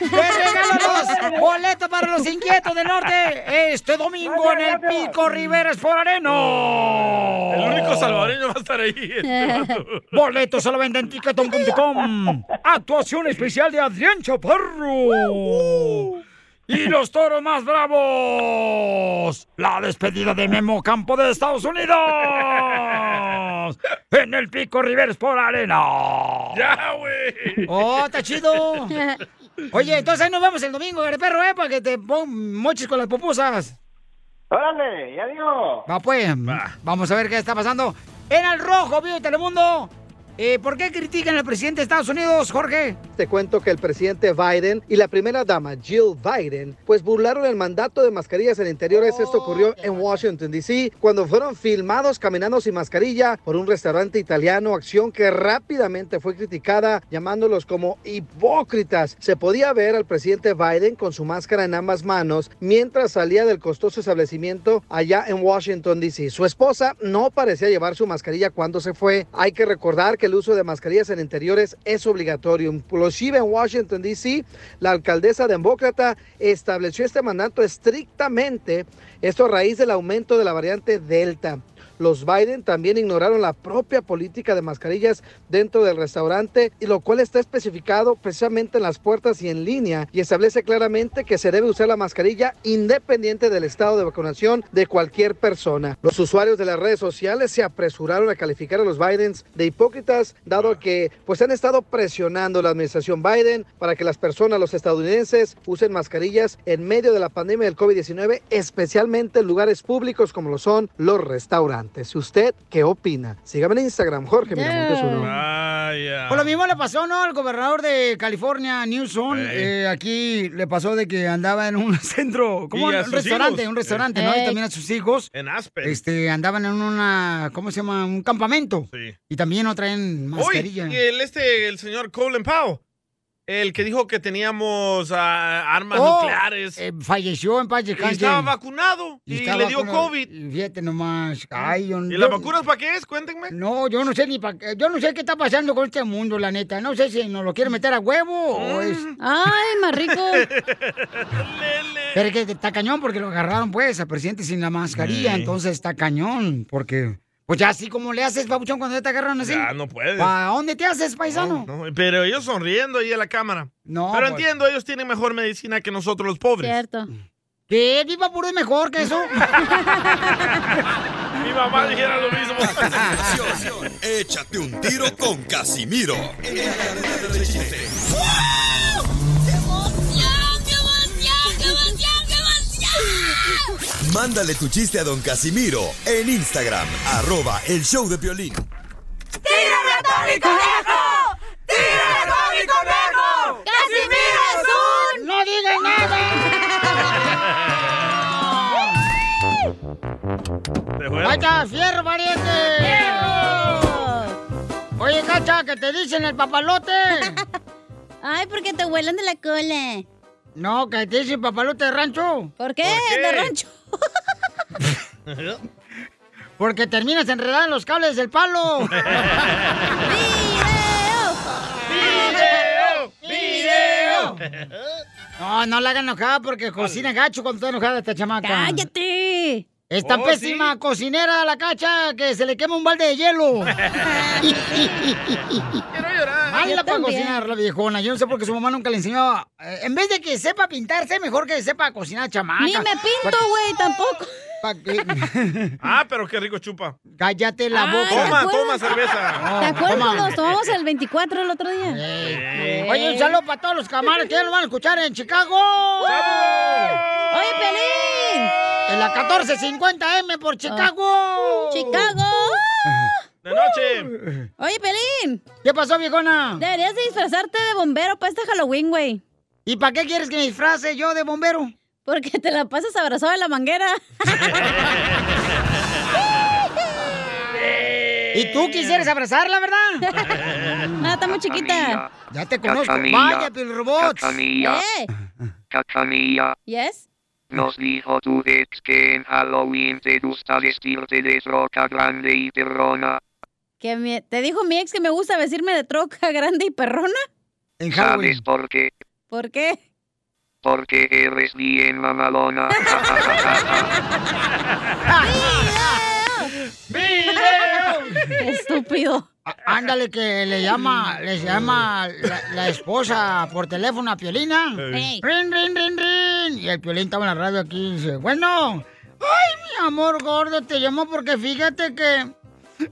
Pues regalo los boletos para los inquietos del norte este domingo en el Pico Rivera Areno! El único salvadoreño va a estar ahí. este *laughs* *laughs* Boletos solamente en ticketon.com. Actuación especial de Adrián Chaparro. Y los toros más bravos. La despedida de Memo Campo de Estados Unidos. En el Pico Rivers por Arena. ¡Ya, güey! Oh, está chido. Oye, entonces ahí nos vemos el domingo, el perro, ¿eh? Para que te pon- moches con las pupusas. ¡Órale! ¡Ya digo! Va, pues. Vamos a ver qué está pasando. En el rojo, vivo de Telemundo. Eh, ¿Por qué critican al presidente de Estados Unidos, Jorge? Te cuento que el presidente Biden y la primera dama Jill Biden pues burlaron el mandato de mascarillas en interiores. Esto ocurrió en Washington, D.C. cuando fueron filmados caminando sin mascarilla por un restaurante italiano, acción que rápidamente fue criticada llamándolos como hipócritas. Se podía ver al presidente Biden con su máscara en ambas manos mientras salía del costoso establecimiento allá en Washington, D.C. Su esposa no parecía llevar su mascarilla cuando se fue. Hay que recordar que el uso de mascarillas en interiores es obligatorio. Inclusive en Washington, D.C., la alcaldesa demócrata estableció este mandato estrictamente, esto a raíz del aumento de la variante Delta. Los Biden también ignoraron la propia política de mascarillas dentro del restaurante, y lo cual está especificado precisamente en las puertas y en línea, y establece claramente que se debe usar la mascarilla independiente del estado de vacunación de cualquier persona. Los usuarios de las redes sociales se apresuraron a calificar a los Bidens de hipócritas, dado que pues han estado presionando la administración Biden para que las personas, los estadounidenses, usen mascarillas en medio de la pandemia del COVID-19, especialmente en lugares públicos como lo son los restaurantes. ¿Usted qué opina? Sígame en Instagram, Jorge Miramontes Ah, uno. Vaya. Pues lo mismo le pasó, ¿no? Al gobernador de California, Newsom, eh, aquí le pasó de que andaba en un *laughs* centro, como Y a un sus restaurante, hijos. un restaurante, Eh. ¿no? Y Ey. también a sus hijos. En Aspen. Este, andaban en una, ¿cómo se llama? Un campamento. Sí. Y también no traen Hoy, mascarilla. y el, este, el señor Colin Powell, el que dijo que teníamos ah, armas Oh, nucleares. eh, falleció en paz y descanse. estaba vacunado Y y, estaba le dio vacunado. COVID. Y Fíjate nomás. Ay, yo, ¿Y las vacunas para qué es? Cuéntenme. No, yo no sé ni pa- yo no sé qué está pasando con este mundo, la neta. No sé si nos lo quiere meter a huevo Mm. o es. Ay, más *laughs* rico. Pero es que está cañón porque lo agarraron pues al presidente sin la mascarilla, Sí. entonces está cañón porque pues ya así como le haces papuchón cuando ya te agarran así. Ya no puedes. ¿Para dónde te haces, paisano? No, Pero ellos sonriendo ahí a la cámara. No, Pero pues. entiendo, ellos tienen mejor medicina que nosotros los pobres. Cierto. ¿Qué? Viva puro es mejor que *laughs* eso. Mi mamá dijera lo mismo. *laughs* Échate un tiro con Casimiro. Mándale tu chiste a don Casimiro en Instagram, arroba el show de violín. ¡Tírame a Tony Conejo! ¡Tírame a Tony Conejo! ¡Casimiro es un *laughs* que te dicen el papalote. *laughs* Ay, porque te huelen de la cola. No, que te dicen papalote de rancho. ¿Por qué? De rancho. Porque terminas enredado en los cables del *laughs* palo. ¡Video! ¡Video! No, no la hagan enojada porque cocina gacho cuando está enojada esta chamaca. ¡Cállate! Esta Oh, pésima cocinera la cacha que se le quema un balde de hielo. *laughs* Quiero llorar. Yo Mala para también. cocinar la viejona. Yo no sé por qué su mamá nunca le enseñó. eh, en vez de que sepa pintarse, mejor que sepa cocinar chamaca. Ni me pinto, güey, tampoco. Ah, pero qué rico chupa. *laughs* Cállate la Ah, boca. ¿te Toma, acuerdas? *laughs* toma cerveza. Ah, ¿Te acuerdas Toma. cuando nos tomamos el 24 el otro día? Oye, un saludo para todos los camaradas que ya lo van a escuchar en Chicago. ¡Oye, Pelín! En la 1450M por Chicago. ¡Chicago! De noche. Oye, Pelín. ¿Qué pasó, viejona? Deberías de disfrazarte de bombero para este Halloween, güey. ¿Y para qué quieres que me disfrace yo de bombero? Porque te la pasas abrazado de la manguera. *laughs* ¿Y tú quisieras abrazarla, verdad? *laughs* Nada, está muy chiquita. Ya te conozco. Cachanilla. Vaya, Pelirrobots. Cachanilla. ¿Eh? Cachanilla. ¿Yes? Nos dijo tu ex que en Halloween te gusta vestirte de troca grande y perrona. Que mi- ¿Te dijo mi ex que me gusta vestirme de troca grande y perrona? ¿Sabes por qué? ¿Por qué? Porque eres bien mamalona. Estúpido. Ándale que le llama, le llama la, la esposa por teléfono a Piolina. Ey. Rin, rin, rin, rin. Y el Piolín estaba en la radio aquí y dice, bueno, ay, mi amor gordo, te llamo porque fíjate que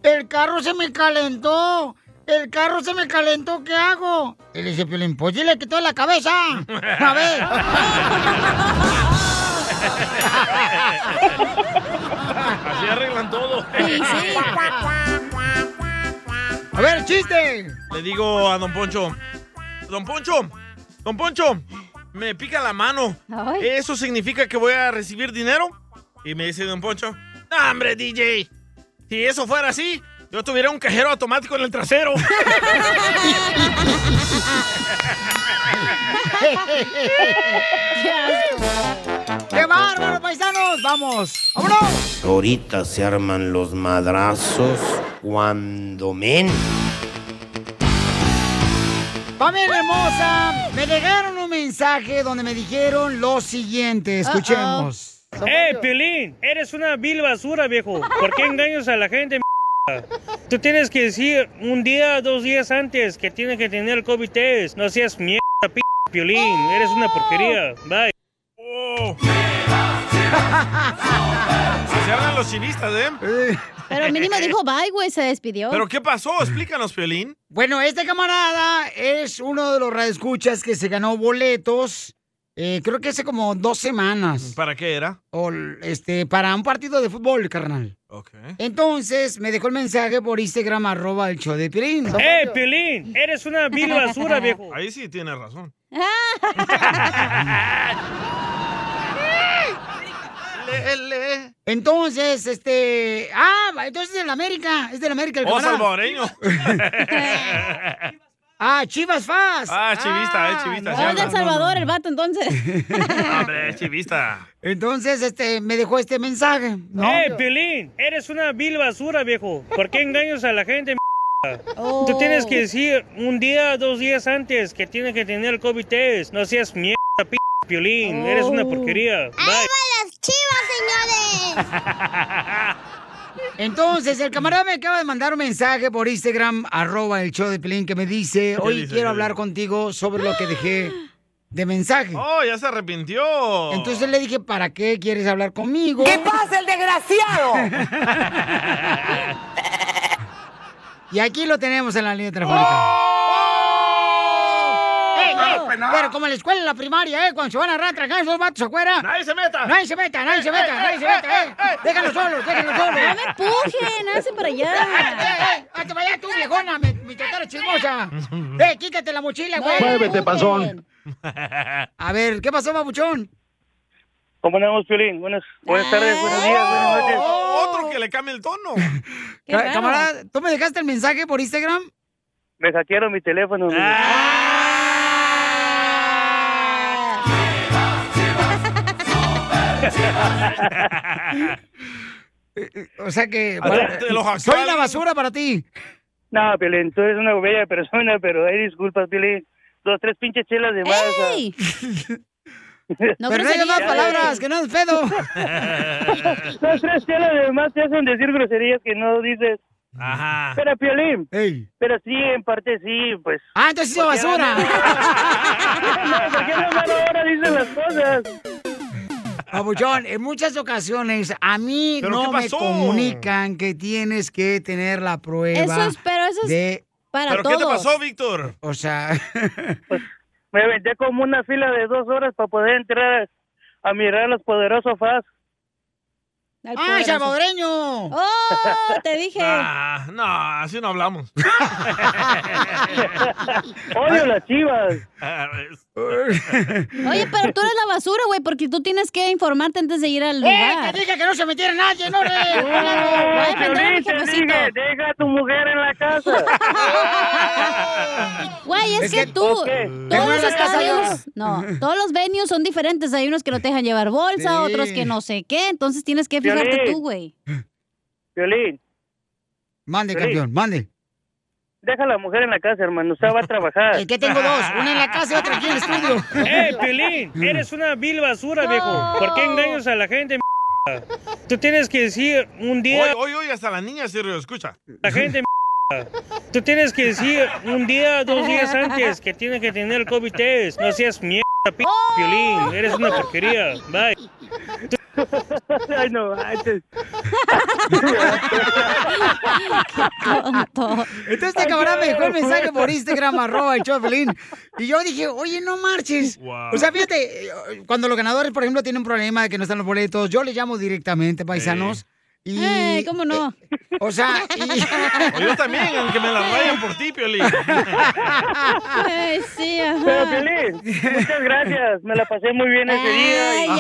el carro se me calentó. El carro se me calentó, ¿qué hago? Y le dice Piolín, pues dile que toda la cabeza. A *laughs* ver. Así arreglan todo. A ver, chiste. Le digo a Don Poncho. Don Poncho, Don Poncho, me pica la mano. ¿Eso significa que voy a recibir dinero? Y me dice Don Poncho, "No, hombre, DJ. Si eso fuera así, yo tuviera un cajero automático en el trasero. ¡Qué bárbaro, paisanos! ¡Vamos! ¡Vámonos! Ahorita se arman los madrazos cuando men. Familia hermosa, me llegaron un mensaje donde me dijeron lo siguiente. Escuchemos. ¡Eh, Piolín! Eres una vil basura, viejo. ¿Por qué engañas a la gente, m***a? Tú tienes que decir un día, dos días antes que tienes que tener el COVID test. No seas mierda, p***, Piolín. Eres una porquería. Bye. Se hablan los chivistas, ¿eh? Pero mínimo dijo bye, güey, se despidió. ¿Pero qué pasó? Explícanos, Piolín. Bueno, este camarada es uno de los radioescuchas que se ganó boletos, eh, creo que hace como dos semanas, ¿Para qué era? o, este, para un partido de fútbol, carnal. Ok. Entonces me dejó el mensaje por Instagram, arroba el show de Piolín. ¡Eh, Piolín! Eres una vil *laughs* basura, viejo. Ahí sí tiene razón. Entonces, este. Ah, entonces es del América. Es del América el ¡Oh, camarada. *laughs* salvadoreño! Ah, Chivas Faz. Ah, chivista, eh, chivista, no, sí habla. no, El Salvador, el vato, entonces. ¡Hombre, es chivista! *laughs* Entonces, este, me dejó este mensaje. ¿no? ¡Eh, Piolín! Eres una vil basura, viejo. ¿Por qué engañas a la gente, m***a? Tú tienes que decir un día, dos días antes que tienes que tener el COVID test. No seas mierda, p***, Piolín. Eres una porquería. Bye. las chivas, señores! Entonces, el camarada me acaba de mandar un mensaje por Instagram, arroba el show de Pelín, que me dice, hoy dice, quiero qué hablar contigo sobre lo que dejé de mensaje. ¡Oh, ya se arrepintió! Entonces le dije, ¿para qué quieres hablar conmigo? ¿Qué pasa, *laughs* el desgraciado? Y aquí lo tenemos en la línea telefónica. ¡Eh, eh! Pero como en la escuela en la primaria, ¿eh? Cuando se van a arrastrar, acá esos vatos afuera. ¡Nadie se meta! ¡Nadie se meta! ¡Nadie se ¡Eh, meta! eh, ¡Nadie se eh, meta! eh, ¡Eh! eh! ¡Déjalo solo! ¡Déjalo solo! No me empujen, hazte *laughs* para allá. ¡Eh, eh! ¡Hazte para allá tú, viejona! ¡Mi, mi tatara *laughs* chismosa! ¡Eh, quítate la mochila, güey! pasón. A ver, ¿qué pasó, babuchón? ¿Cómo andamos, Piolín? Buenas, buenas tardes, buenos días, Ah. buenas noches. Oh. Otro que le cambie el tono. *laughs* Ca- Camarada, ¿tú me dejaste el mensaje por Instagram? Me hackearon mi teléfono. amigo. *laughs* Eh, O sea que. A ver, para- te lo hackearon. soy la basura para ti. No, Piolín, tú eres una bella persona, pero hay disculpas, Piolín. Dos, tres pinches chelas de más. *laughs* ¡Ey! No Pero no hay groserías. más palabras, que no es pedo. *laughs* Dos, tres chelas de más te hacen decir groserías que no dices. Ajá. Pero, Piolín, pero sí, en parte sí, pues. Ah, entonces hizo basura. ¿Por qué no malo ahora dicen las cosas? Papuchón, en muchas ocasiones a mí ¿Pero no qué me pasó? comunican que tienes que tener la prueba. Eso es- pero eso es de... para ¿Pero qué te todos. pasó, Víctor? O sea, *laughs* Me aventé como una fila de dos horas para poder entrar a mirar los poderosos FAS. ¡Ah, salvadoreño! ¡Oh, te dije! Ah, no, así no *laughs* hablamos. Odio las chivas. *laughs* Oye, pero tú eres la basura, güey, porque tú tienes que informarte antes de ir al lugar. ¡Eh, te dije que no se metiera nadie, no! eh! *laughs* Ay, me entró mi Piolín, te jefecito. dije, deja a tu mujer en la casa. Güey, es, Es que, que- tú, ¿Por qué? ¿Te todos los acuerdas que salió? estadios, no, todos los venues son diferentes. Hay unos que no te dejan llevar bolsa, Sí. otros que no sé qué. Entonces tienes que fijarte Violín. tú, güey. Violín. Mande, Sí. campeón, *laughs* mande. Deja a la mujer en la casa, hermano. Usted va a trabajar. Es que tengo dos, una en la casa y otra aquí en el estudio. *laughs* ¡Eh, Piolín! Eres una vil basura, viejo. ¿Por qué engañas a la gente, m***? Tú tienes que decir un día... Hoy, hoy, hoy, hasta la niña se lo escucha. La gente, *laughs* m***. Tú tienes que decir un día, dos días antes que tienes que tener el COVID test. No seas mierda, p***, Piolín. Eres una porquería. Bye. *laughs* Ay, no, antes. Entonces este cabrón me dejó el mensaje por Instagram, arroba el show de Piolín. Y yo dije, oye, no marches. O sea, fíjate, eh, cuando los ganadores, por ejemplo, tienen un problema de que no están los boletos, yo les llamo directamente, paisanos. Y, Eh, ¿cómo no? O sea, y- *laughs* O yo también, aunque me la rayen por ti, Piolín. Ay, sí, ajá. Pero feliz. Muchas gracias. Me la pasé muy bien ese día.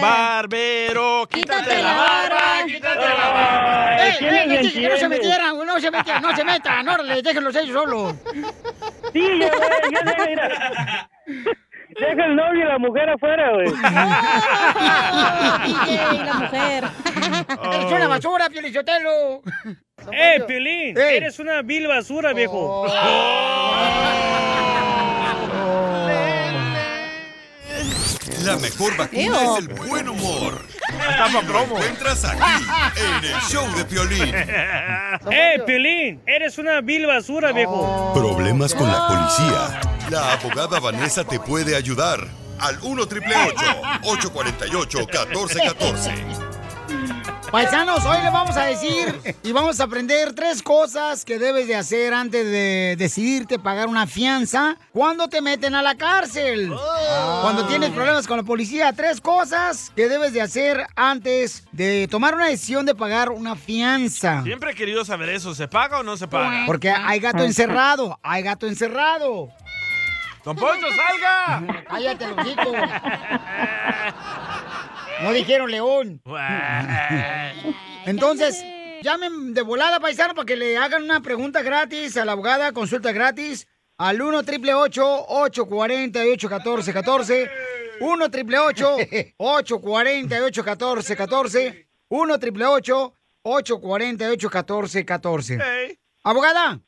Barbero, quítate la barba, quítate la barba. ¡Eh, eh, no, se- no se metieran, güey, no se metan, no se metan, órale, déjenlos ellos solos. Sí, ya, güey, ya, ya, mira. Deja el novio y la mujer afuera, güey. *laughs* y la mujer. Eres una basura, Piolichotelo. ¡Eh, Piolín! Eres una vil basura, viejo. La mejor vacuna Ew. es el buen humor. Tapa promo. Encuentras aquí en el show de Piolín. ¡Eh, Piolín! Eres una vil basura, viejo. Problemas con la policía. La abogada Vanessa te puede ayudar. Al 1 triple 848 1414. Paisanos, hoy les vamos a decir y vamos a aprender tres cosas que debes de hacer antes de decidirte pagar una fianza cuando te meten a la cárcel. Oh. Cuando tienes problemas con la policía, tres cosas que debes de hacer antes de tomar una decisión de pagar una fianza. Siempre he querido saber eso, ¿se paga o no se paga? Porque hay gato encerrado, hay gato encerrado. ¡Don Poncho, salga! Cállate, loquito. No dijeron león. Entonces, llamen de volada, paisano, para que le hagan una pregunta gratis a la abogada, consulta gratis, al 1 triple 848 1414 1 triple 848 1414 1 triple 848 1414 Abogada,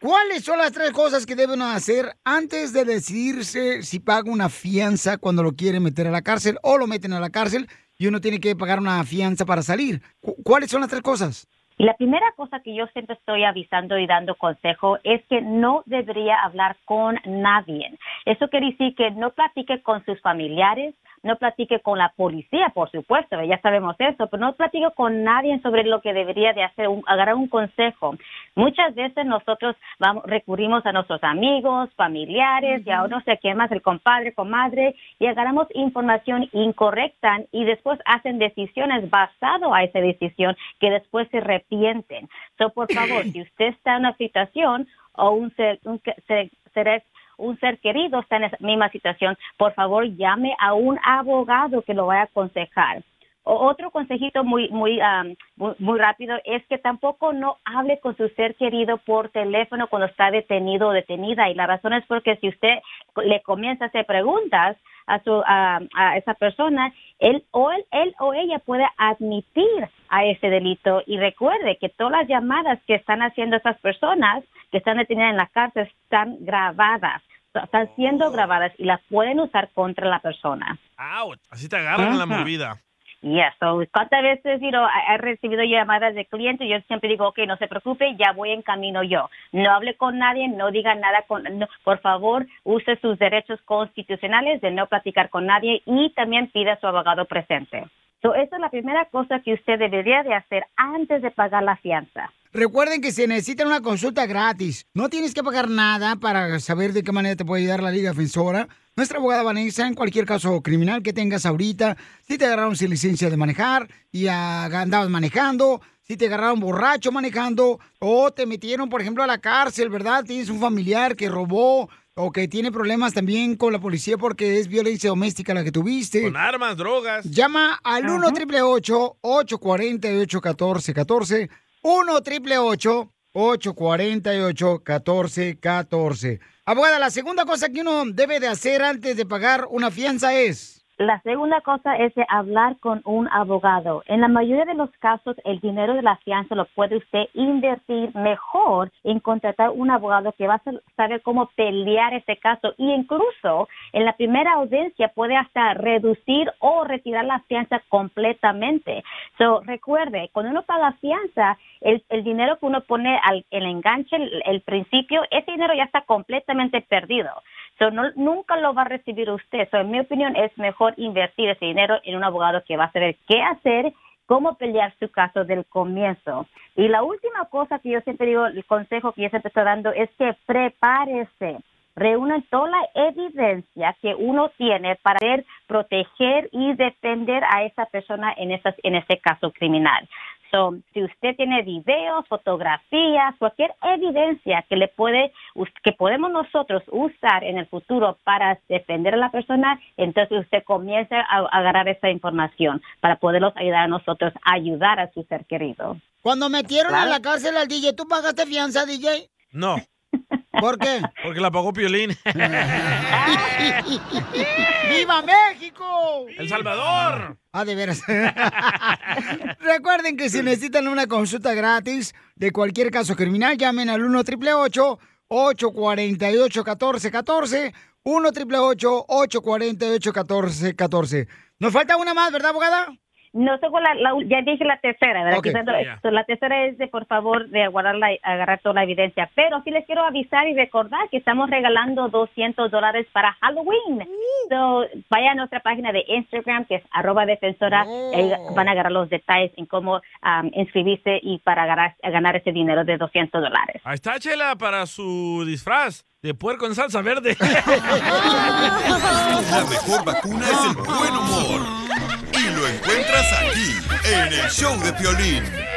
¿cuáles son las tres cosas que deben hacer antes de decidirse si paga una fianza cuando lo quieren meter a la cárcel o lo meten a la cárcel y uno tiene que pagar una fianza para salir? Cu- ¿Cuáles son las tres cosas? Y la primera cosa que yo siempre estoy avisando y dando consejo es que no debería hablar con nadie. Eso quiere decir que no platique con sus familiares, no platique con la policía, por supuesto, ya sabemos eso, pero no platique con nadie sobre lo que debería de hacer, un- agarrar un consejo. Muchas veces nosotros vamos, recurrimos a nuestros amigos, familiares, y a no sé quién más, el compadre, comadre, y agarramos información incorrecta y después hacen decisiones basado a esa decisión que después se arrepienten. So, por favor, si usted está en una situación o un ser, un que- ser- ser- un ser querido está en esa misma situación, por favor llame a un abogado que lo vaya a aconsejar. O- otro consejito muy, muy, am, muy, muy rápido es que tampoco no hable con su ser querido por teléfono cuando está detenido o detenida. Y la razón es porque si usted le comienza a hacer preguntas a, su, a, a esa persona, él o, él, él o ella puede admitir a ese delito. Y recuerde que todas las llamadas que están haciendo esas personas que están detenidas en la cárcel están grabadas, están siendo grabadas y las pueden usar contra la persona. Ouch. Ah, Así te agarran en la Ajá. movida. Yes, so, ¿cuántas veces you know, he he recibido llamadas de clientes? Yo siempre digo, ok, no se preocupe, ya voy en camino yo. No hable con nadie, no diga nada, con, no, por favor, use sus derechos constitucionales de no platicar con nadie y también pida a su abogado presente. So, esa es la primera cosa que usted debería de hacer antes de pagar la fianza. Recuerden que se necesita una consulta gratis. No tienes que pagar nada para saber de qué manera te puede ayudar la Liga Defensora. Nuestra abogada Vanessa, en cualquier caso criminal que tengas ahorita, si te agarraron sin licencia de manejar y ah, andabas manejando, si te agarraron borracho manejando o te metieron, por ejemplo, a la cárcel, ¿verdad? Tienes un familiar que robó o que tiene problemas también con la policía porque es violencia doméstica la que tuviste. Con armas, drogas. Llama al 1 888 848 1414 1 888 848 1414 Abogada, la segunda cosa que uno debe de hacer antes de pagar una fianza es. La segunda cosa es de hablar con un abogado. En la mayoría de los casos, el dinero de la fianza lo puede usted invertir mejor en contratar un abogado que va a sa- saber cómo pelear ese caso y incluso en la primera audiencia puede hasta reducir o retirar la fianza completamente. So, recuerde, cuando uno paga fianza, el, el dinero que uno pone al el enganche, el- el principio, ese dinero ya está completamente perdido. So, no- nunca lo va a recibir usted. So, en mi opinión, es mejor invertir ese dinero en un abogado que va a saber qué hacer, cómo pelear su caso del comienzo. Y la última cosa que yo siempre digo, el consejo que yo siempre estoy dando es que prepárese. Reúnan toda la evidencia que uno tiene para poder proteger y defender a esa persona en, esas, en ese caso criminal. So, si usted tiene videos, fotografías, cualquier evidencia que le puede, us- que podemos nosotros usar en el futuro para defender a la persona, entonces usted comienza a a agarrar esa información para poderlos ayudar a nosotros a ayudar a su ser querido. Cuando metieron a Claro. la cárcel al DJ, ¿tú pagaste fianza, DJ? No. ¿Por qué? Porque la pagó Piolín. *laughs* *laughs* ¡Viva México! ¡El Salvador! Ah, de veras. *laughs* Recuerden que si necesitan una consulta gratis de cualquier caso criminal, llamen al 1 888 848 1414 1 888 848 1414 Nos falta una más, ¿verdad, abogada? No tengo la, ya dije la tercera, ¿verdad? Ok. Quizás no- Ya. so, La tercera es de, por favor, de guardar la- agarrar toda la evidencia. Pero sí les quiero avisar y recordar que estamos regalando 200 dólares para Halloween. So, vaya a nuestra página de Instagram, que es arroba defensora, y ahí van a agarrar los detalles en cómo am, inscribirse y para ganar, ganar ese dinero de 200 dólares. Ahí está Chela para su disfraz de puerco en salsa verde. La mejor vacuna es el buen humor. Y lo encuentras aquí, en el show de Piolín.